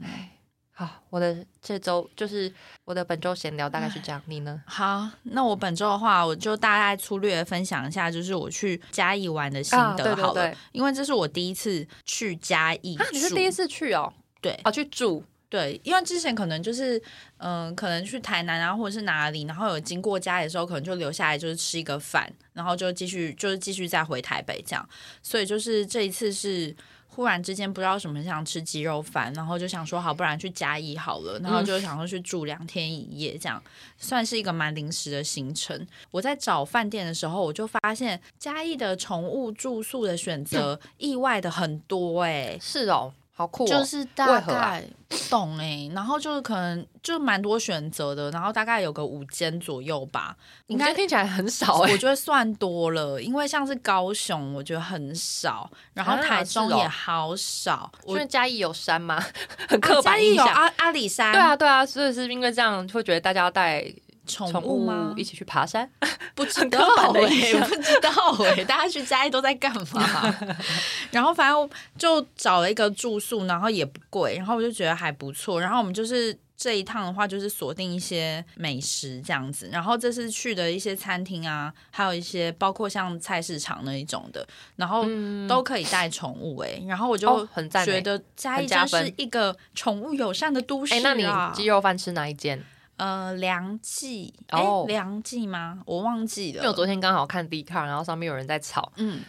A: 好，我的这周就是我的本周闲聊大概是这样，你呢？
B: 好，那我本周的话，我就大概粗略分享一下，就是我去嘉义玩的心
A: 啊对
B: 得
A: 对
B: 好了，
A: 对，
B: 因为这是我第一次去嘉义
A: 啊，你是
B: 住
A: 第一次去哦？
B: 对
A: 哦，去住，
B: 对，因为之前可能就是，嗯、可能去台南啊，或者是哪里，然后有经过家里的时候，可能就留下来就是吃一个饭，然后就继续就是继续再回台北这样。所以就是这一次是忽然之间不知道什么想吃鸡肉饭，然后就想说好，不然去嘉义好了，然后就想说去住两天一夜这样，算是一个蛮临时的行程。我在找饭店的时候，我就发现嘉义的宠物住宿的选择意外的很多哎、
A: 是哦，好酷哦。
B: 就是大
A: 为何啊
B: 概不懂哎、然后就是可能就蛮多选择的，然后大概有个五间左右吧，应
A: 应该
B: 该。
A: 听起来很少哎、
B: 我觉得算多了，因为像是高雄，我觉得很少，然后
A: 啊
B: 台中
A: 是哦
B: 也好少。
A: 因
B: 我
A: 为嘉义有山吗？ 很刻
B: 家
A: 板
B: 里
A: 印
B: 有
A: 象。
B: 阿阿里山，
A: 对啊，对啊，所以是因为这样会觉得大家要带
B: 宠
A: 宠
B: 物吗
A: 物？一起去爬山，
B: 不知
A: 很
B: 道
A: 刻板的
B: 哎、
A: 印象
B: 不知道哎、 大家去嘉义都在干嘛？ 然后反正就找了一个住宿，然后也不贵，然后我就觉得还不错。然后我们就是这一趟的话，就是锁定一些美食这样子，然后这次去的一些餐厅啊，还有一些包括像菜市场那一种的，然后都可以带宠物哎、然后我就、
A: 哦很赞欸
B: 觉得嘉义
A: 很加
B: 真
A: 分
B: 是一个宠物友善的都市
A: 哎、
B: 啊。
A: 那你鸡肉饭吃哪一间？
B: 呃，梁记，哎、
A: 哦
B: 梁记吗？我忘记了。
A: 因为我昨天刚好看 D 卡，然后上面有人在吵，
B: 嗯，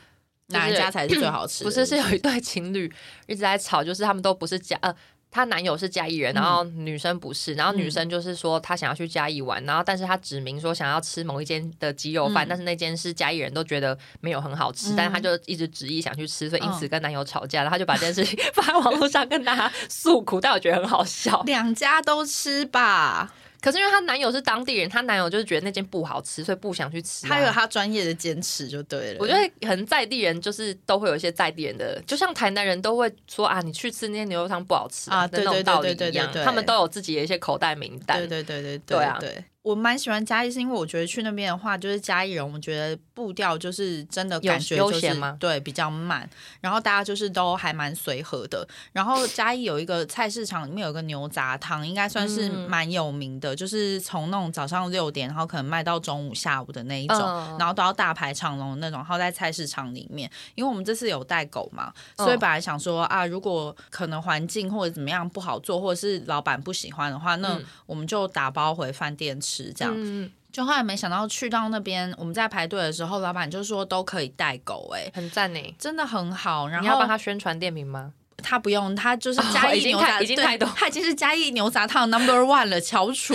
A: 就是
B: 哪一家才是最好吃 的？
A: 不是是有一对情侣一直在吵，就是他们都不是嘉呃。她男友是嘉义人，
B: 嗯
A: 然后女生不是，然后女生就是说她想要去嘉义玩，然后但是她指明说想要吃某一间的鸡肉饭，
B: 嗯
A: 但是那间是嘉义人都觉得没有很好吃，
B: 嗯
A: 但是她就一直执意想去吃，所以因此
B: 嗯
A: 跟男友吵架，然后她就把这件事情 放在网络上跟大家诉苦，但我觉得很好 笑。
B: 两家都吃吧，
A: 可是因为她男友是当地人，她男友就是觉得那间不好吃，所以不想去吃啊、
B: 他有他专业的坚持就对了。
A: 我觉得可能在地人就是都会有一些在地人的，就像台南人都会说啊，你去吃那些牛肉汤不好吃
B: 啊
A: 的那种
B: 对对对
A: 道理
B: 对对
A: 一样
B: 对，对
A: 他们都有自己的一些口袋名单
B: 对。对对对
A: 对啊
B: 对。我蛮喜欢嘉义，是因为我觉得去那边的话，就是嘉义人，我觉得步调就是真的感觉
A: 有
B: 就
A: 悠
B: 是
A: 闲吗
B: 对比较慢，然后大家就是都还蛮随和的。然后嘉义有一个菜市场，里面有个牛杂汤，应该算是
A: 嗯
B: 蛮有名的，就是从那种早上六点，然后可能卖到中午下午的那一种，
A: 嗯
B: 然后都要大排长龙的那种，然后在菜市场里面。因为我们这次有带狗嘛，所以
A: 嗯
B: 本来想说啊，如果可能环境或者怎么样不好做，或者是老板不喜欢的话，那
A: 嗯
B: 我们就打包回饭店吃这样。
A: 嗯，
B: 就后来没想到去到那边，我们在排队的时候，老板就说都可以带狗、欸，
A: 很赞呢。
B: 真的很好。然
A: 你要
B: 后
A: 帮他宣传店名吗？
B: 他不用，他就是
A: 哦
B: 嘉
A: 已
B: 义
A: 经
B: 牛
A: 太
B: 杂，
A: 已经
B: 对
A: 太多
B: 他已经是嘉义牛杂汤 number one 了，翘楚。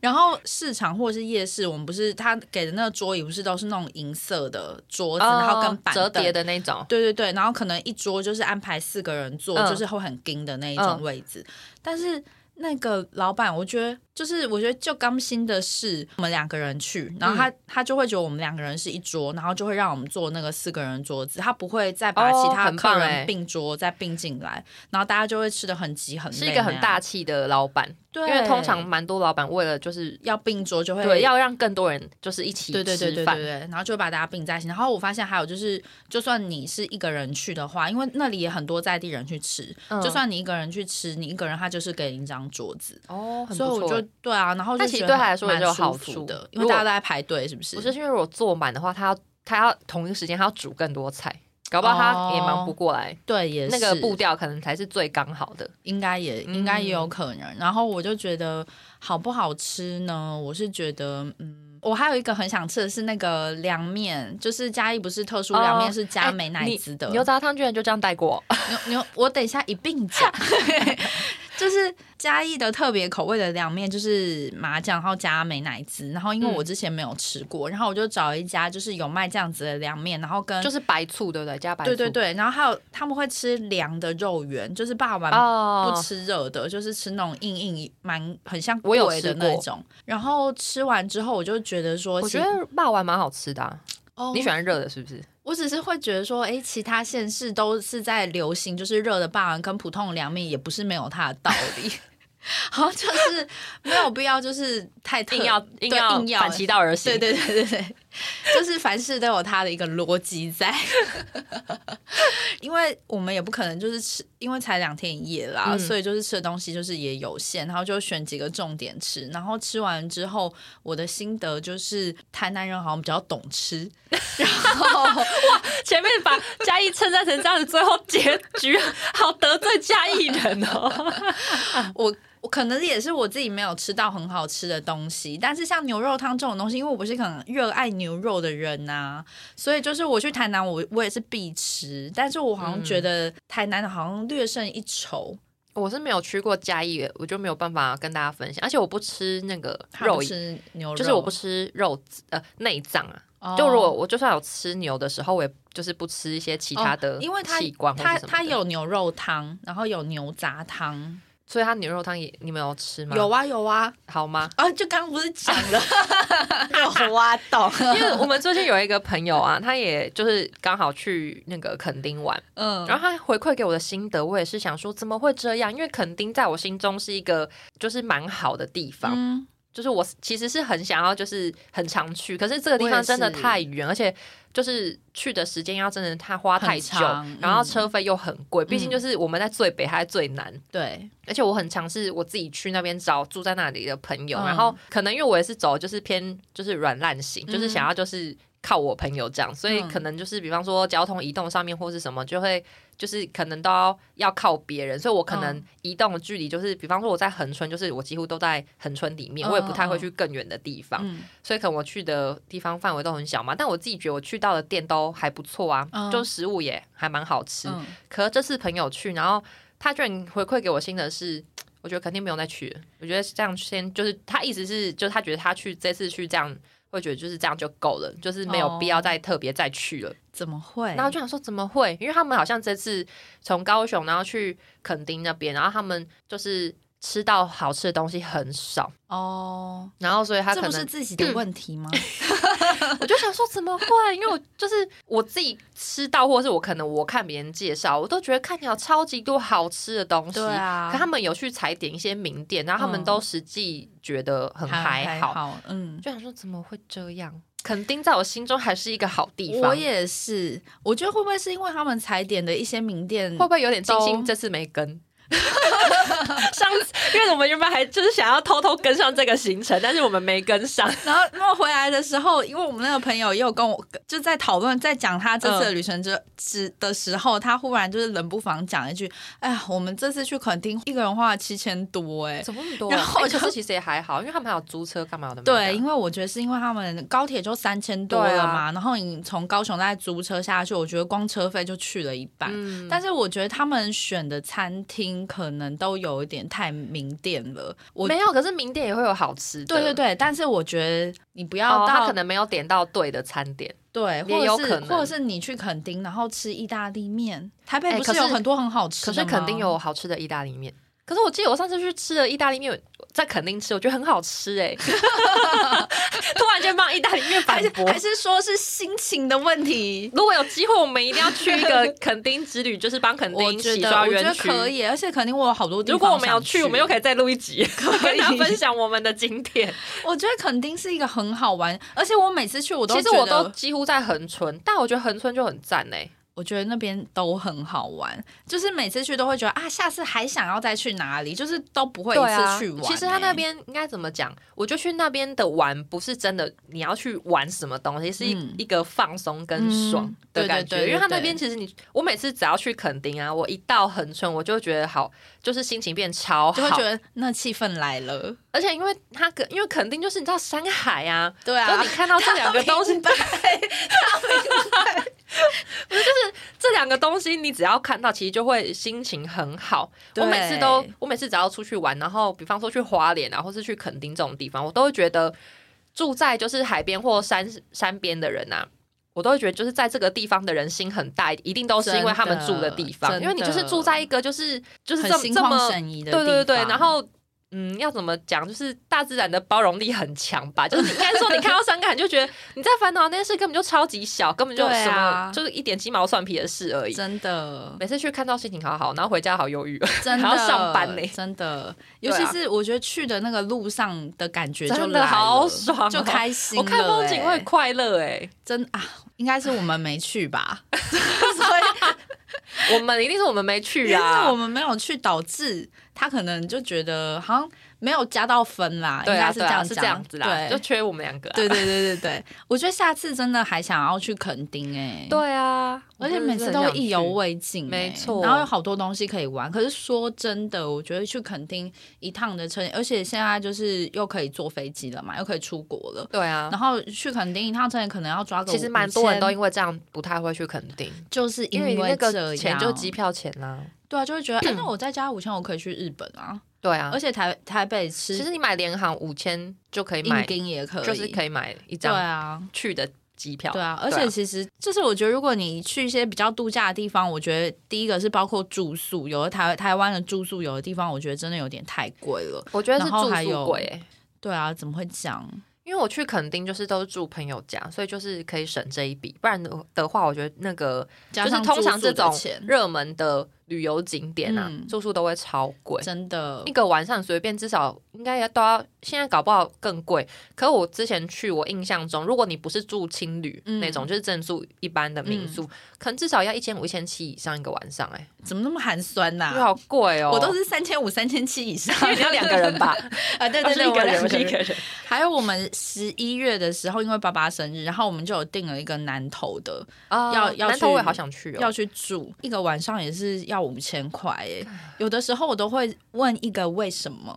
B: 然后市场或者是夜市，我们不是他给的那个桌椅，不是都是那种银色的桌子，然后跟板
A: 哦折叠的
B: 凳。
A: 那种，
B: 对对对，然后可能一桌就是安排四个人坐，
A: 嗯
B: 就是会很盯的那一种位置。但是那个老板，我觉得就是我觉得就刚新的是我们两个人去，然
A: 嗯
B: 后他、他就会觉得我们两个人是一桌，然后就会让我们坐那个四个人桌子，他不会再把
A: 哦
B: 其他
A: 很
B: 客
A: 棒欸
B: 人并桌再并进来，然后大家就会吃的很急很累那
A: 是
B: 样，
A: 一个很大气的老板，因
B: 对，
A: 为通常蛮多老板为了就是
B: 要并桌就会
A: 对要让更多人就是一起
B: 对对对
A: 吃
B: 对对
A: 饭
B: 对，，然后就会把大家并在一起。然后我发现还有就是，就算你是一个人去的话，因为那里也很多在地人去吃，
A: 嗯
B: 就算你一个人去吃，你一个人他就是给你一张桌子，
A: 哦，很
B: 所以
A: 不错
B: 我就。对啊，然后就
A: 那其实
B: 觉得
A: 对他来说也
B: 蛮
A: 是有
B: 舒
A: 好
B: 服
A: 处
B: 的，因
A: 如
B: 为大家
A: 果
B: 都在排队，是不是？
A: 不是因为如果坐满的话，他要他要同一时间他要煮更多菜，搞不好他也
B: 哦
A: 忙不过来。
B: 对，也
A: 那个
B: 是
A: 步调可能才是最刚好的。
B: 应该也应该也
A: 嗯
B: 有可能。然后我就觉得好不好吃呢？我是觉得，嗯，我还有一个很想吃的是那个凉面，就是嘉义不是特殊凉面
A: 哦
B: 是加美乃滋的、嗯
A: 牛杂汤居然就这样带过，
B: 牛牛，我等一下一并讲。就是嘉义的特别口味的凉面，就是麻酱，然后加美乃滋。然后因为我之前没有吃过，然后我就找一家就是有卖这样子的凉面，然后跟
A: 就是白醋，对不对？加白醋，
B: 对对对，然后还有他们会吃凉的肉圆，就是霸王
A: 哦，
B: 不吃热的，就是吃那种硬硬蛮很像
A: 我有
B: 粿
A: 吃
B: 的
A: 过
B: 那种。然后吃完之后，我就觉得说，
A: 我
B: 其
A: 觉得霸王蛮好吃的、啊，
B: 哦
A: 你喜欢热的，是不是？
B: 我只是会觉得说，哎，其他县市都是在流行，就是热的霸王跟普通的凉面，也不是没有它的道理。 好像就是没有必要，就是太特
A: 硬要硬
B: 对
A: 要
B: 硬要
A: 反其道而行，
B: 对对对对对，就是凡事都有它的一个逻辑在， 因为我们也不可能就是吃，因为才两天一夜啦，
A: 嗯
B: 所以就是吃的东西就是也有限，然后就选几个重点吃，然后吃完之后，我的心得就是台南人好像比较懂吃，然后
A: 前面把嘉义称赞成这样子，最后结局啊好得罪嘉义人 哦。
B: 我。我可能也是我自己没有吃到很好吃的东西，但是像牛肉汤这种东西，因为我不是很热爱牛肉的人呐、所以就是我去台南我，我也是必吃，但是我好像
A: 嗯
B: 觉得台南的好像略胜一筹，
A: 我是没有去过嘉义，我就没有办法跟大家分享，而且我不吃那个
B: 他
A: 肉
B: 不，吃牛肉，
A: 就是我不吃肉呃内脏啊。
B: 哦，
A: 就如果我就算有吃牛的时候，我也就是不吃一些其他的
B: 哦，因为它
A: 器官或
B: 它
A: 是什么的
B: 它，有牛肉汤，然后有牛杂汤，
A: 所以它牛肉汤也你们有吃吗？
B: 有啊有啊，
A: 好吗？
B: 啊就刚刚不是讲了，有
A: 啊
B: 挖到，
A: 因为我们最近有一个朋友啊，他也就是刚好去那个垦丁玩，
B: 嗯，
A: 然后他回馈给我的心得，我也是想说怎么会这样？因为垦丁在我心中是一个就是蛮好的地方，
B: 嗯
A: 就是我其实是很想要就是很常去，可是这个地
B: 我也
A: 方
B: 是
A: 真的太远，而且就是去的时间要真的太花太久
B: 很长，
A: 然后
B: 嗯
A: 车费又很贵，毕竟就是我们在最北还在最南，
B: 对，
A: 而且我很尝试我自己去那边找住在那里的朋友，
B: 嗯
A: 然后可能因为我也是走就是偏就是软烂型，就是想要就是靠我朋友这样，所以
B: 嗯
A: 可能就是比方说交通移动上面或是什么，就会就是可能都要要靠别人，所以我可能
B: 嗯
A: 移动的距离就是比方说我在恒春，就是我几乎都在恒春里面，
B: 嗯
A: 我也不太会去更远的地方，
B: 嗯
A: 所以可能我去的地方范围都很小嘛，但我自己觉得我去到的店都还不错啊，
B: 嗯
A: 就食物也还蛮好吃，
B: 嗯，
A: 可是这次朋友去，然后他居然回馈给我新的是，我觉得肯定没有再去了。我觉得这样先就是他意思是，就是他觉得他去这次去这样。会觉得就是这样就够了，就是没有必要再特别再去了。
B: 怎么会？
A: 然后就想说怎么会？因为他们好像这次从高雄然后去垦丁那边，然后他们就是吃到好吃的东西很少，
B: 哦，
A: 然后所以他可
B: 这
A: 能
B: 不是自己的问题吗？
A: 我就想说怎么会？因为我就是我自己吃到，或是我可能我看别人介绍，我都觉得看起来有超级多好吃的东西。
B: 对啊
A: 可他们有去踩点一些名店，然后他们
B: 嗯
A: 都实际觉得很还好，
B: 好，嗯。
A: 就想说怎么会这样？垦丁在我心中还是一个好地方。
B: 我也是，我觉得会不会是因为他们踩点的一些名店
A: 会不会有点庆幸
B: 都
A: 这次没跟？上次因为我们原本还就是想要偷偷跟上这个行程，但是我们没跟上。
B: 然后，然后回来的时候，因为我们那个朋友也有跟我就在讨论，在讲他这
A: 嗯
B: 次的旅程之之、的时候，他忽然就是冷不防讲一句：“哎呀，我们这次去垦丁，一个人花了七千多、哎。”
A: 怎么那么多
B: 然后
A: 哎
B: 我
A: 可
B: 就是
A: 其实也还好，因为他们还有租车干嘛的嘛。
B: 对，因为我觉得是因为他们高铁就三千多了嘛，
A: 对
B: 然后你从高雄再租车下去，我觉得光车费就去了一半。
A: 嗯
B: 但是我觉得他们选的餐厅可能都有一点太名店了。我
A: 没有，可是名店也会有好吃的。
B: 对对，对，但是我觉得你不要
A: 哦，
B: 到、
A: 他可能没有点到对的餐点。
B: 对，
A: 也
B: 或
A: 有
B: 者是
A: 可能
B: 或者是你去垦丁，然后吃意大利面，台北
A: 哎
B: 不
A: 可
B: 是
A: 是
B: 有很多很好吃
A: 可
B: 的
A: 是
B: 吗
A: 肯定有好吃的意大利面。可是我记得我上次去吃的意大利面，在垦丁吃，我觉得很好吃哎、 突然间帮意大利面反
B: 还是
A: 驳。
B: 还是说是心情的问题？
A: 如果有机会，我们一定要去一个垦丁之旅，就是帮垦
B: 我
A: 丁
B: 觉
A: 洗
B: 得
A: 刷
B: 我觉
A: 园
B: 得
A: 区。
B: 可以，而且肯定我有好多地方
A: 如果我们有
B: 想
A: 去，
B: 去，
A: 我们又可以再录一集，跟大家分享我们的景点。
B: 我觉得垦丁是一个很好玩，而且我每次去我都
A: 其实
B: 觉
A: 我
B: 得
A: 都几乎在恒春，但我觉得恒春就很赞哎、
B: 我觉得那边都很好玩，就是每次去都会觉得啊，下次还想要再去哪里，就是都不会一
A: 对
B: 次去玩欸、
A: 啊。其实他那边应该怎么讲？我就去那边的玩，不是真的你要去玩什么东西，是
B: 嗯
A: 一个放松跟爽
B: 嗯
A: 的感觉。
B: 对对对对
A: 因为他那边其实你，我每次只要去垦丁啊，我一到恒春，我就觉得好，就是心情变超
B: 就会觉
A: 好。
B: 得那气氛来了，
A: 而且因为它可，因为垦丁就是你知道山海啊。
B: 对
A: 就
B: 啊
A: 你。看到这两个东西，
B: 他明白
A: 就是这两个东西，你只要看到，其实就会心情很好。我
B: 对
A: 每次都，我每次只要出去玩，然后比方说去花莲啊，或是去垦丁这种地方，我都会觉得住在就是海边或山山边的人啊。我都会觉得，就是在这个地方的人心很大，一定都是因为他们住的地
B: 真
A: 方，
B: 的
A: 因为你就是住在一个就是就是
B: 很
A: 这么
B: 心
A: 这
B: 旷
A: 么
B: 神怡的地
A: 对
B: 方，
A: 对对，然后嗯，要怎么讲？就是大自然的包容力很强吧。 就是你应该说，你看到山感，你就觉得嗯你在烦恼那些事根本就超级小，根本就
B: 对
A: 什么、
B: 啊
A: 就是一点鸡毛蒜皮的事而已。
B: 真的
A: 每次去看到心情好好，然后回家好忧郁，
B: 真的
A: 还要上班呢
B: 真的，
A: 对
B: 尤
A: 啊
B: 其是我觉得去的那个路上的感觉就
A: 真的
B: 来了
A: 好爽哦、
B: 就开心 了
A: 我
B: 欸、
A: 看风景会快乐哎、
B: 真啊，应该是我们没 去吧，所以
A: 我们一定是我们没去
B: 因为
A: 啊
B: 我。们没有去，导致他可能就觉得好像没有加到分啦，
A: 对
B: 应该
A: 啊，
B: 是
A: 对
B: 这
A: 啊，
B: 样
A: 是
B: 讲，
A: 这样子啦，就
B: 对。
A: 缺我们两个、啊。
B: 对对对对对，我觉得下次真的还想要去垦丁哎、
A: 对啊，
B: 而且每次都意犹未尽、欸，
A: 没错
B: 然后有好多东西可以玩。可是说真的，我觉得去垦丁一趟的车，而且现在就是又可以坐飞机了嘛，又可以出国了。
A: 对啊，
B: 然后去垦丁一趟，车可能要抓个
A: 其实蛮多人都
B: 5000
A: 因为这样不太会去垦丁，
B: 就是
A: 因为
B: 为
A: 你那
B: 这
A: 个钱就
B: 样
A: 机票钱啦、
B: 对啊，就会觉得哎、那我再加五千，我可以去日本啊，
A: 对啊
B: 而，且台台北
A: 其
B: 吃
A: 实你买联航五千就可以
B: 硬
A: 买，
B: 丁也可以，
A: 就是可以买一
B: 对
A: 张
B: 啊。
A: 去的机票。
B: 对啊，而且其实就是我觉得，如果你去一些比较度假的地方，我觉得第一个是包括住宿，有的台台湾的住宿，有的地方我觉得真的有点太贵了。
A: 我觉得是
B: 然后
A: 住
B: 还
A: 宿
B: 有
A: 贵、欸，
B: 对啊，怎么会这样？
A: 因为我去垦丁就是都是住朋友家，所以就是可以省这一笔。不然的的话，我觉得那个就
B: 加
A: 是
B: 上
A: 通常
B: 住
A: 这
B: 宿的
A: 种
B: 钱
A: 热门的旅游景点啊，
B: 嗯
A: 住宿都会超贵。
B: 真的
A: 一个晚上随便至少应该也都要，现在搞不好更贵。可我之前去，我印象中，如果你不是住青旅
B: 嗯
A: 那种，就是正住一般的民宿，可能至少要一千五、一千七以上一个晚上、欸，
B: 怎么那么寒酸呐、
A: 哎，好贵哦、
B: 啊 我都是三千五、三千七 以上，
A: 因为你要两个人吧？
B: 啊， 对
A: 我哦
B: 对
A: 是
B: 对，
A: 一
B: 我
A: 个人，
B: 两
A: 我是一
B: 人
A: 个人。
B: 还有我们十一月的时候，因为爸爸生日，然后我们就有订了一个南投的，
A: 啊
B: 要要
A: 南投我也
B: 去
A: 好想去哦
B: 要。去住一个晚上也是要五千块诶。
A: 啊
B: 有的时候我都会问一个为 什么，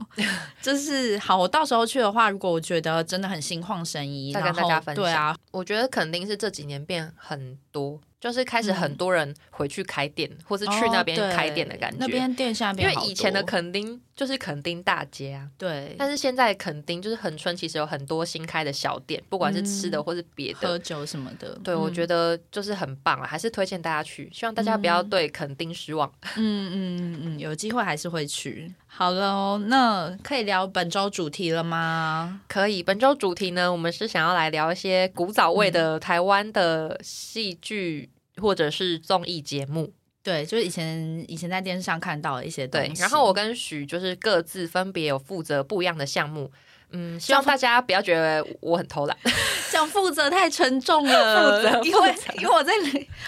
B: 就是好，我到时候去的话，如果我觉得真的很心旷神怡，
A: 再
B: 然
A: 跟大
B: 后
A: 家分享
B: 对啊，
A: 我觉得肯定是这几年变很多，就是开始很
B: 嗯
A: 多人回去开店，或是去那边
B: 哦对
A: 开店的感觉。
B: 那边店现在
A: 因
B: 变
A: 为
B: 好多嗯
A: 以前的垦丁就是垦丁大街啊，
B: 对
A: 但是现在垦丁就是恒春，其实有很多新开的小店，不管是吃的
B: 嗯
A: 或是别的。
B: 喝酒什么的，
A: 对，我觉
B: 得
A: 得就是很棒啊，还是推荐大家去，希望大家不要对垦丁失望。
B: 嗯嗯嗯嗯，有机会还是会去。好了哦，那可以聊本周主题了吗？
A: 可以，本周主题呢，我们是想要来聊一些古早味的台湾的戏剧或者是综艺节目。
B: 对，就是以前以前在电视上看到的一些东
A: 对
B: 西。，
A: 然后我跟许哦就是各自分别有负责不一样的项目。嗯，希望大家不要觉得我很 偷懒。
B: 讲负责太沉重了，
A: 负责
B: 因为
A: 负
B: 因为我在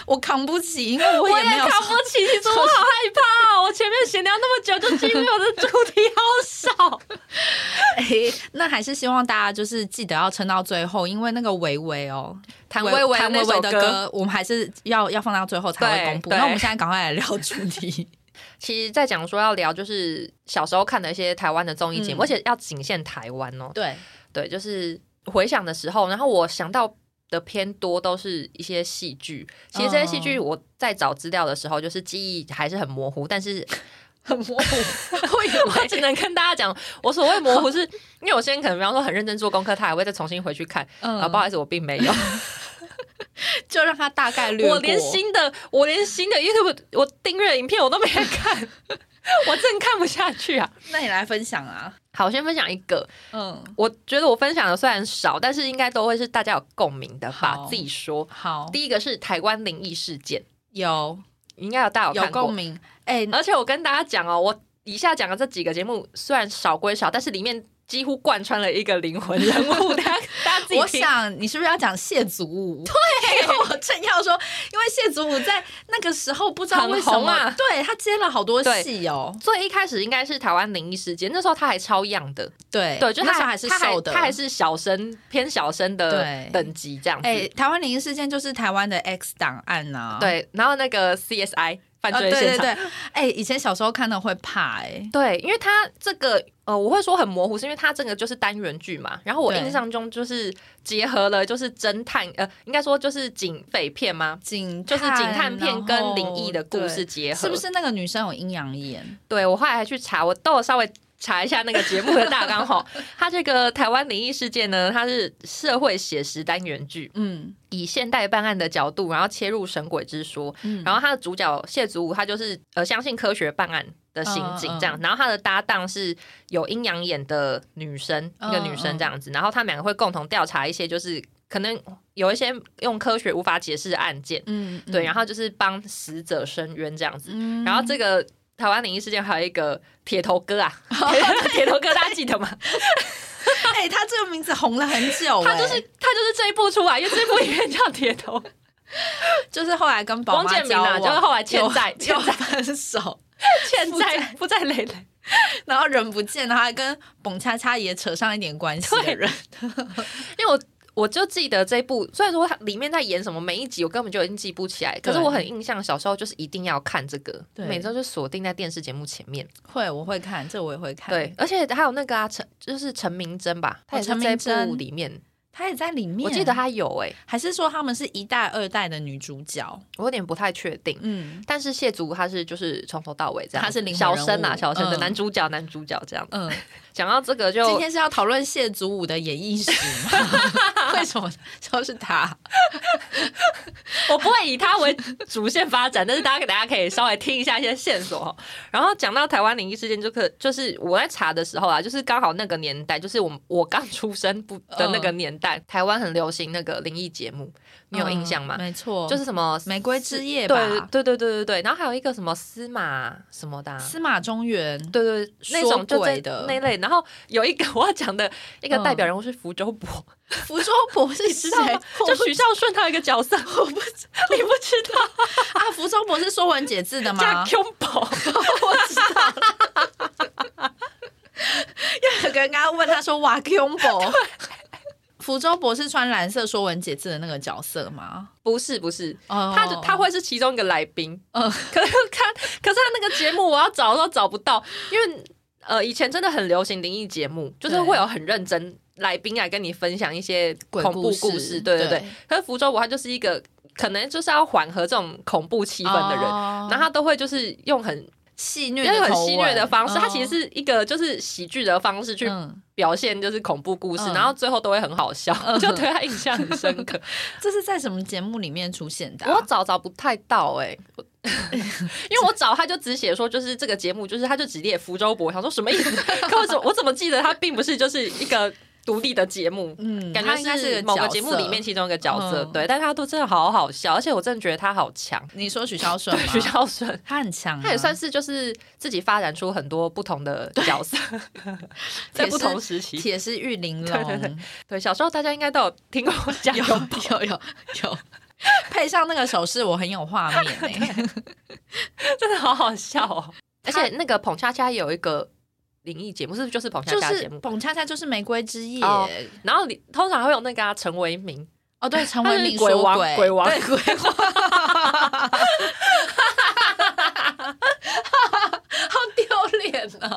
B: 我扛不起，因为我 也没有
A: 扛不起，其实我好害怕、哦。我前面闲聊那么久，就经历我的主题好少。
B: 嘿那还是希望大家就是记得要撑到最后，因为那个维维哦，
A: 谭维维
B: 谭
A: 那
B: 维
A: 首
B: 维的
A: 歌，
B: 歌，我们还是要要放到最后才会公布。
A: 对对
B: 那我们现在赶快来聊主题，
A: 其实在讲说要聊就是小时候看的一些台湾的综艺节目，
B: 嗯
A: 而且要仅限台湾哦。
B: 对，
A: 对，就是回想的时候，然后我想到的偏多都是一些戏剧。其实这些戏剧我在找资料的时候，就是记忆还是很模糊，但是
B: 很模糊，会
A: 我 只能跟大家讲，我所谓模糊是，因为有些人可能比方说很认真做功课，他还会再重新回去看。啊、不
B: 嗯，
A: 好意思，我并没 有，
B: 就让它大概略过。
A: 我连新的，我连新的 YouTube 我订阅的影片我都没看， 我真看不下去啊。
B: 那你来分享啊，
A: 好，我先分享一个，
B: 嗯，
A: 我觉得我分享的虽然少，但是应该都会是大家有共鸣的吧
B: 好。
A: 自己说，
B: 好，
A: 第一个是台湾灵异事件，
B: 有
A: 应该有大家有
B: 有
A: 看过
B: 共。鸣，哎，
A: 而且我跟大家讲哦，我以下讲的这几个节目虽然少归少，但是里面几乎贯穿了一个灵魂人 物，大家大家自己
B: 我
A: 听。
B: 想你是不是要讲谢祖 武？对，因为 我正要说，因为谢祖武在那个时候不知道为什
A: 很红
B: 么，
A: 啊
B: 对他接了好多戏哦，
A: 最一开始应该是台湾灵异事件，那时候他还超样的，
B: 对
A: 对，就
B: 那
A: 他
B: 时候还是瘦的，
A: 他还他还是小生偏小生的
B: 对
A: 等
B: 哎
A: 级这样子。
B: 哎、台湾灵异事件就是台湾的 X 档案呐、啊，
A: 哦对，然后那个 CSI 犯
B: 呃，
A: 罪
B: 对
A: 现
B: 对
A: 场。
B: 对，哎、以前小时候看的会怕、哎，
A: 对，因为它这个呃，我会说很模糊，是因为它这个就是单元剧嘛。然后我
B: 对
A: 印象中就是结合了就是侦探呃，应该说就是警匪片吗？
B: 警
A: 就是警探片跟灵异的故事，结
B: 然
A: 合，
B: 后对是不？是那个女生有阴阳眼？
A: 对我后来还去查，我都有稍微。查一下那个节目的大纲 哈，它这个台湾灵异事件呢，它是社会写实单元剧，
B: 嗯
A: 以现代办案的角度，然后切入神鬼之说，
B: 嗯，
A: 然后他的主角谢祖武，他就是呃相信科学办案的刑警这样，
B: 嗯
A: 然后他的搭档是有阴阳眼的女生，
B: 嗯
A: 一个女生这样子，然后他们两个会共同调查一些就是可能有一些用科学无法解释的案件，
B: 嗯，
A: 对，然
B: 后
A: 后就是帮死者伸冤这样子，
B: 嗯
A: 然后这个。台湾灵异事件还有一个铁头哥啊， 铁铁头哥大家记 得吗？
B: 哎、他这个名字红了很久、
A: 他就是
B: 哎
A: 他就是这一部出来，因为这部影片叫铁头，
B: 哎就是后来跟宝
A: 王
B: 妈
A: 建民
B: 交
A: 啊，
B: 往，
A: 就是后来欠债欠
B: 就
A: 债
B: 分手，
A: 欠债负债累累，
B: 然后人不见，然后还跟蹦恰恰也扯上一点关系的 人，
A: 因为我我就记得这一部，虽然说它里面在演什么，每一集我根本就已经记不起来，可是我很印象，小时候就是一定要看这个，
B: 对
A: 每周就锁定在电视节目前面。
B: 会我会看，这我也会看，
A: 对，，而且还有那个啊，陈就是陈明真吧，他也是
B: 陈
A: 这
B: 明
A: 一
B: 真
A: 部里面，
B: 他也在里面，
A: 我记得他有哎、
B: 还是说他们是一代二代的女主角，
A: 我有点不太确定。
B: 嗯
A: 但是谢祖他是就是从头到尾这样子，
B: 他是灵魂
A: 小
B: 人
A: 生啊，
B: 物
A: 小生的
B: 嗯
A: 男主角，男主角这样。
B: 嗯，
A: 讲到这个就，
B: 今天是要讨论谢祖武的演艺史 吗？为什么都是他？
A: 我不会以它为主线发展，但是大家大家可以稍微听一下一些线索哦。然后讲到台湾灵异事件，就可就是我在查的时候啊，就是刚好那个年代，就是我们我刚出生不的那个年代，台湾很流行那个灵异节目，你有印象吗？
B: 嗯没错，
A: 就是什么
B: 玫瑰之夜吧，
A: 对对对对对对，然后还有一个什么司马什么的啊、
B: 司马中原，
A: 对对，对那种就这
B: 说鬼的
A: 那一类，然后有一个我要讲的一个
B: 嗯
A: 代表人物是福州博，
B: 福州博士
A: 知
B: 是
A: 道
B: 谁
A: 吗？？就许孝顺他有一个角色，我不知 你不知道
B: 啊，福州博士《说文解字》的
A: 叫
B: 吗？
A: Q 宝。
B: 有个人刚刚问他说：“ 哇 q u b 福州博士穿蓝色《说文解字》的那个角色吗？
A: 不是不是，
B: 哦
A: 他就他会是其中一个来宾，
B: 嗯
A: 可是他可是他那个节目我要找都找不到，因为呃以前真的很流行灵异节目，就是
B: 对
A: 会有很认真来宾来跟你分享一些
B: 鬼
A: 恐怖
B: 故
A: 故
B: 事
A: 事，对对对。
B: 对
A: 可是福州我他就是一个可能就是要缓和这种恐怖气氛的人，
B: 哦
A: 然后他都会就是用很
B: 戏虐
A: 用
B: 的
A: 很
B: 口吻
A: 戏谑的嗯方式，他其实
B: 哦
A: 是一个就是喜剧的方式去
B: 嗯，
A: 表现就是恐怖故事，
B: 嗯
A: 然后最后都会很好笑，就对他印象很深刻。
B: 这是在什么节目里面出现的啊、
A: 我找找不太到哎、 我因为我找他就只写说，就是这个节目，就是他就只列福州博，我想说什么意 思？可我怎么我怎么记得他并不是就是一个独立的节目，
B: 嗯，
A: 感觉
B: 他应该是
A: 某个
B: 角
A: 节目
B: 色
A: 里面。其中一个角色，
B: 嗯
A: 对，但他都真的好好笑，而且我真的觉得他好强，
B: 你说许孝 顺
A: 对，
B: 吗？
A: 徐孝顺。
B: 他很强啊、
A: 他也算是就是自己发展出很多不同的角色， 在不同时期。
B: 铁是玉玲珑，
A: 对对对，小时候大家应该都有听过我讲有
B: 有有有，配上那个手势，我很有画面、 欸、
A: 真的好好笑哦！ 而
B: 他
A: 且那个捧恰恰有一个灵异节目，是不是就是捧恰
B: 就
A: 恰的节
B: 是
A: 目？
B: 蹦恰恰就是玫瑰之夜
A: 哦然后你通常会有那个啊陈为民，
B: 哦， 对，陈为民
A: 他是鬼
B: 说
A: 王鬼王
B: 对鬼王，好丢脸哦！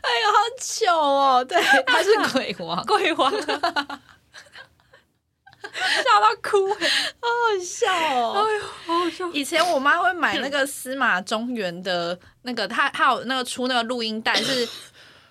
B: 哎呀，好糗哦！对，他是鬼 王，
A: 鬼王、啊，笑到哭，
B: 好笑哦。
A: 呦，好好笑！
B: 以前我妈会买那个司马中原的那个，她她有那个出那个录音带 是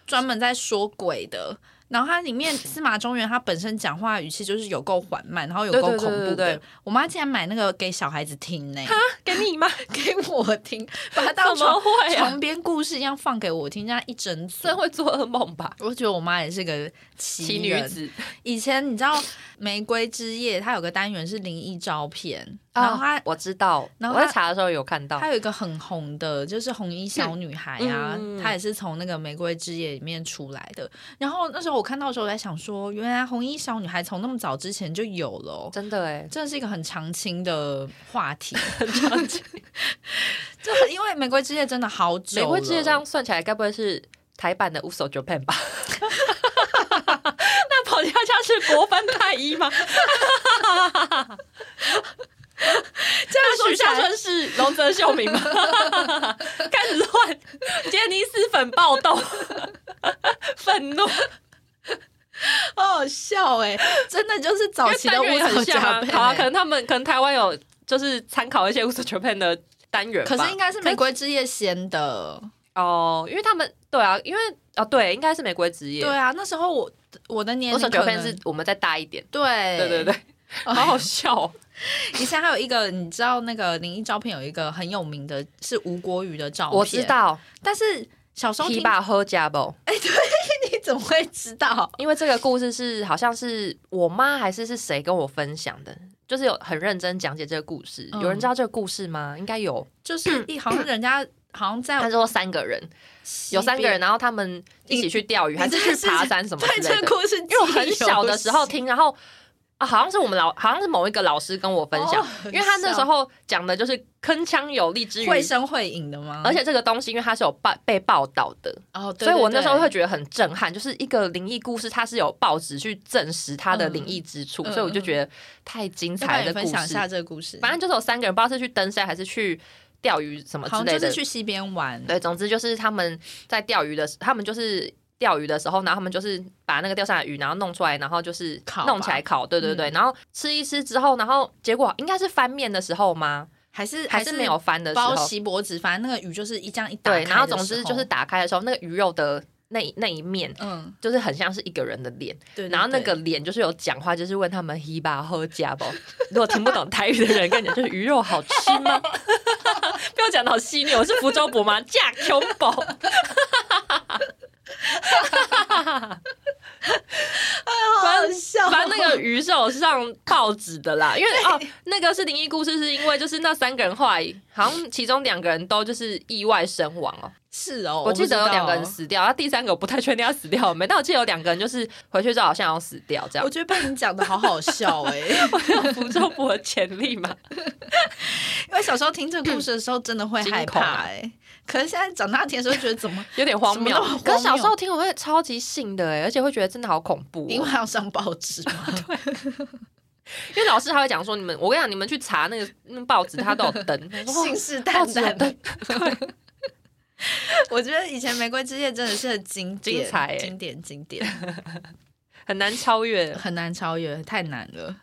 B: 专门在说鬼的。然后它里面司马中原他本身讲话语气就是有够缓慢，然后有够
A: 对对对
B: 恐怖的。
A: 对对
B: 我妈竟然买那个给小孩子听 呢、
A: 给你吗？
B: 给我听， 把它当
A: 怎么
B: 床
A: 会啊？
B: 床边故事一样放给我听，这样一整组
A: 真。会做噩梦吧？
B: 我觉得我妈也是个奇
A: 奇女
B: 人。
A: 子，
B: 以前你知道《玫瑰之夜》它有个单元是灵异照片，然后它
A: 啊我知道，
B: 然后
A: 我在
B: 他
A: 查的时候有看到，
B: 还有一个很红的，就是红衣小女孩啊，
A: 嗯嗯嗯
B: 她也是从那个《玫瑰之夜》里面出来的。然后那时候我看到的时候，我在想说，原来红衣小女孩从那么早之前就有了哦、
A: 真的哎，
B: 真的是一个很常青的 话题，很常青，就是因为《玫瑰之夜》真的好久
A: 玫
B: 了，
A: 瑰之夜这样算起来，该不会是台版的《乌手 Japan》吧？ 那捧恰恰是国分太一吗？许孝顺是龙泽秀明 吗？开始乱，杰尼斯粉暴 动，愤怒，
B: 好好笑哎、真的就是早期的
A: 欸因
B: 乌
A: 为单元也
B: 头
A: 很像
B: 加
A: 啊
B: 倍、
A: 好啊，可能他们可能台湾有就是参考一些 u s Japan 的单元吧，
B: 可是应该是《玫瑰之夜》先的，
A: 哦，因为他们对啊，因为哦对，应该是玫瑰职业
B: 对啊，那时候我我的年
A: u s
B: 龄可
A: Japan
B: 能
A: 是我们再大一点，
B: 对
A: 对对对，好好笑哦。
B: 以前还有一个，你知道那个灵异照片有一个很有名的，是吴国瑜的照片，
A: 我知，道
B: 但是小时候
A: 提
B: 听
A: 把喝家不，
B: 你 怎么会知道？
A: 因为这个故事是好像是我妈还是是谁跟我分享的，就是有很认真讲解这个故事。
B: 嗯
A: 有人知道这个故事吗？应该有。
B: 就是一好像人家好像在
A: 他说三个人，有三个人，然后他们一起去钓 鱼，
B: 你
A: 还是去爬山什么
B: 对
A: 之类
B: 这
A: 的
B: 个。故事，因
A: 因为我很小的时候听，然后啊，好像是我们老，好像是某一个老师跟我分享，
B: 哦
A: 因为他那时候讲的就是铿锵有力之余，
B: 会声会影的吗？
A: 而且这个东西因为它是有报被报道的，
B: 哦，对
A: 所以我那时候会
B: 对
A: 觉得很震撼，就是一个灵异故事，它是有报纸去证实它的灵异之处，
B: 嗯嗯
A: 所以我就觉得太精
B: 对要不
A: 彩
B: 然你
A: 的故
B: 分享一
A: 事。
B: 下这个故事，
A: 反正就是有三个人，不知道是去登山还是去钓鱼什么之
B: 好像
A: 类
B: 就
A: 的。
B: 是去西边玩，
A: 对，总之就是他们在钓鱼的时，他们就是钓鱼的时候，然后他们就是把那个钓上来的鱼，然后弄出来，然后就是
B: 烤吧嗯
A: 弄起来烤，对对对，然后吃一吃之后，然后结果应该是翻面的时候吗？
B: 还是
A: 还是没有翻的时
B: 包
A: 候？
B: 锡箔纸，反正那个鱼就是一这样一打
A: 对，
B: 开的时
A: 然
B: 候，
A: 后总之就是打开的时候，那个鱼肉的那一那一面
B: 嗯，
A: 就是很像是一个人的脸。
B: 对，对
A: 然后那
B: 对
A: 个脸就是有讲话，就是问他们 he 吧喝加不？如果听不懂台语的人跟你讲，就是鱼肉好吃吗？ 不要讲到犀利，我是福州博 吗？架 Q 宝，
B: 好好笑，
A: 反正那个鱼是有上报纸的啦，因为哦，那个是灵异故事，是因为就是那三个人后来好像其中两个人都就是意外身亡哦，
B: 是哦，
A: 我记得有
B: 不知道
A: 两个人死掉，然后第三个我不太确定他死掉了没，但我记得有两个人就是回去之后好像有死掉这样
B: 我。觉得被你讲的好好笑哎、
A: 我有福州博的潜力嘛？
B: 因为小时候听这个故事的时候真的会害
A: 嗯
B: 怕哎、可是现在长大听的时候觉 得怎么
A: 有点荒谬
B: 什么都很荒。谬
A: 可是小时候听我会超级信的哎，而且会觉得真的好恐怖哦、
B: 因为要上报纸嘛，
A: 因为老师还会讲说你们，我跟你讲，你们去查那个那报纸，它都有登，我说
B: 信
A: 哦
B: 誓
A: 报
B: 旦
A: 纸有
B: 旦的。
A: 登，
B: 我觉得以前《玫瑰之夜》真的是很经典，
A: 精彩欸
B: 经典，经典，
A: 很难超越。
B: 很难超越，太难了。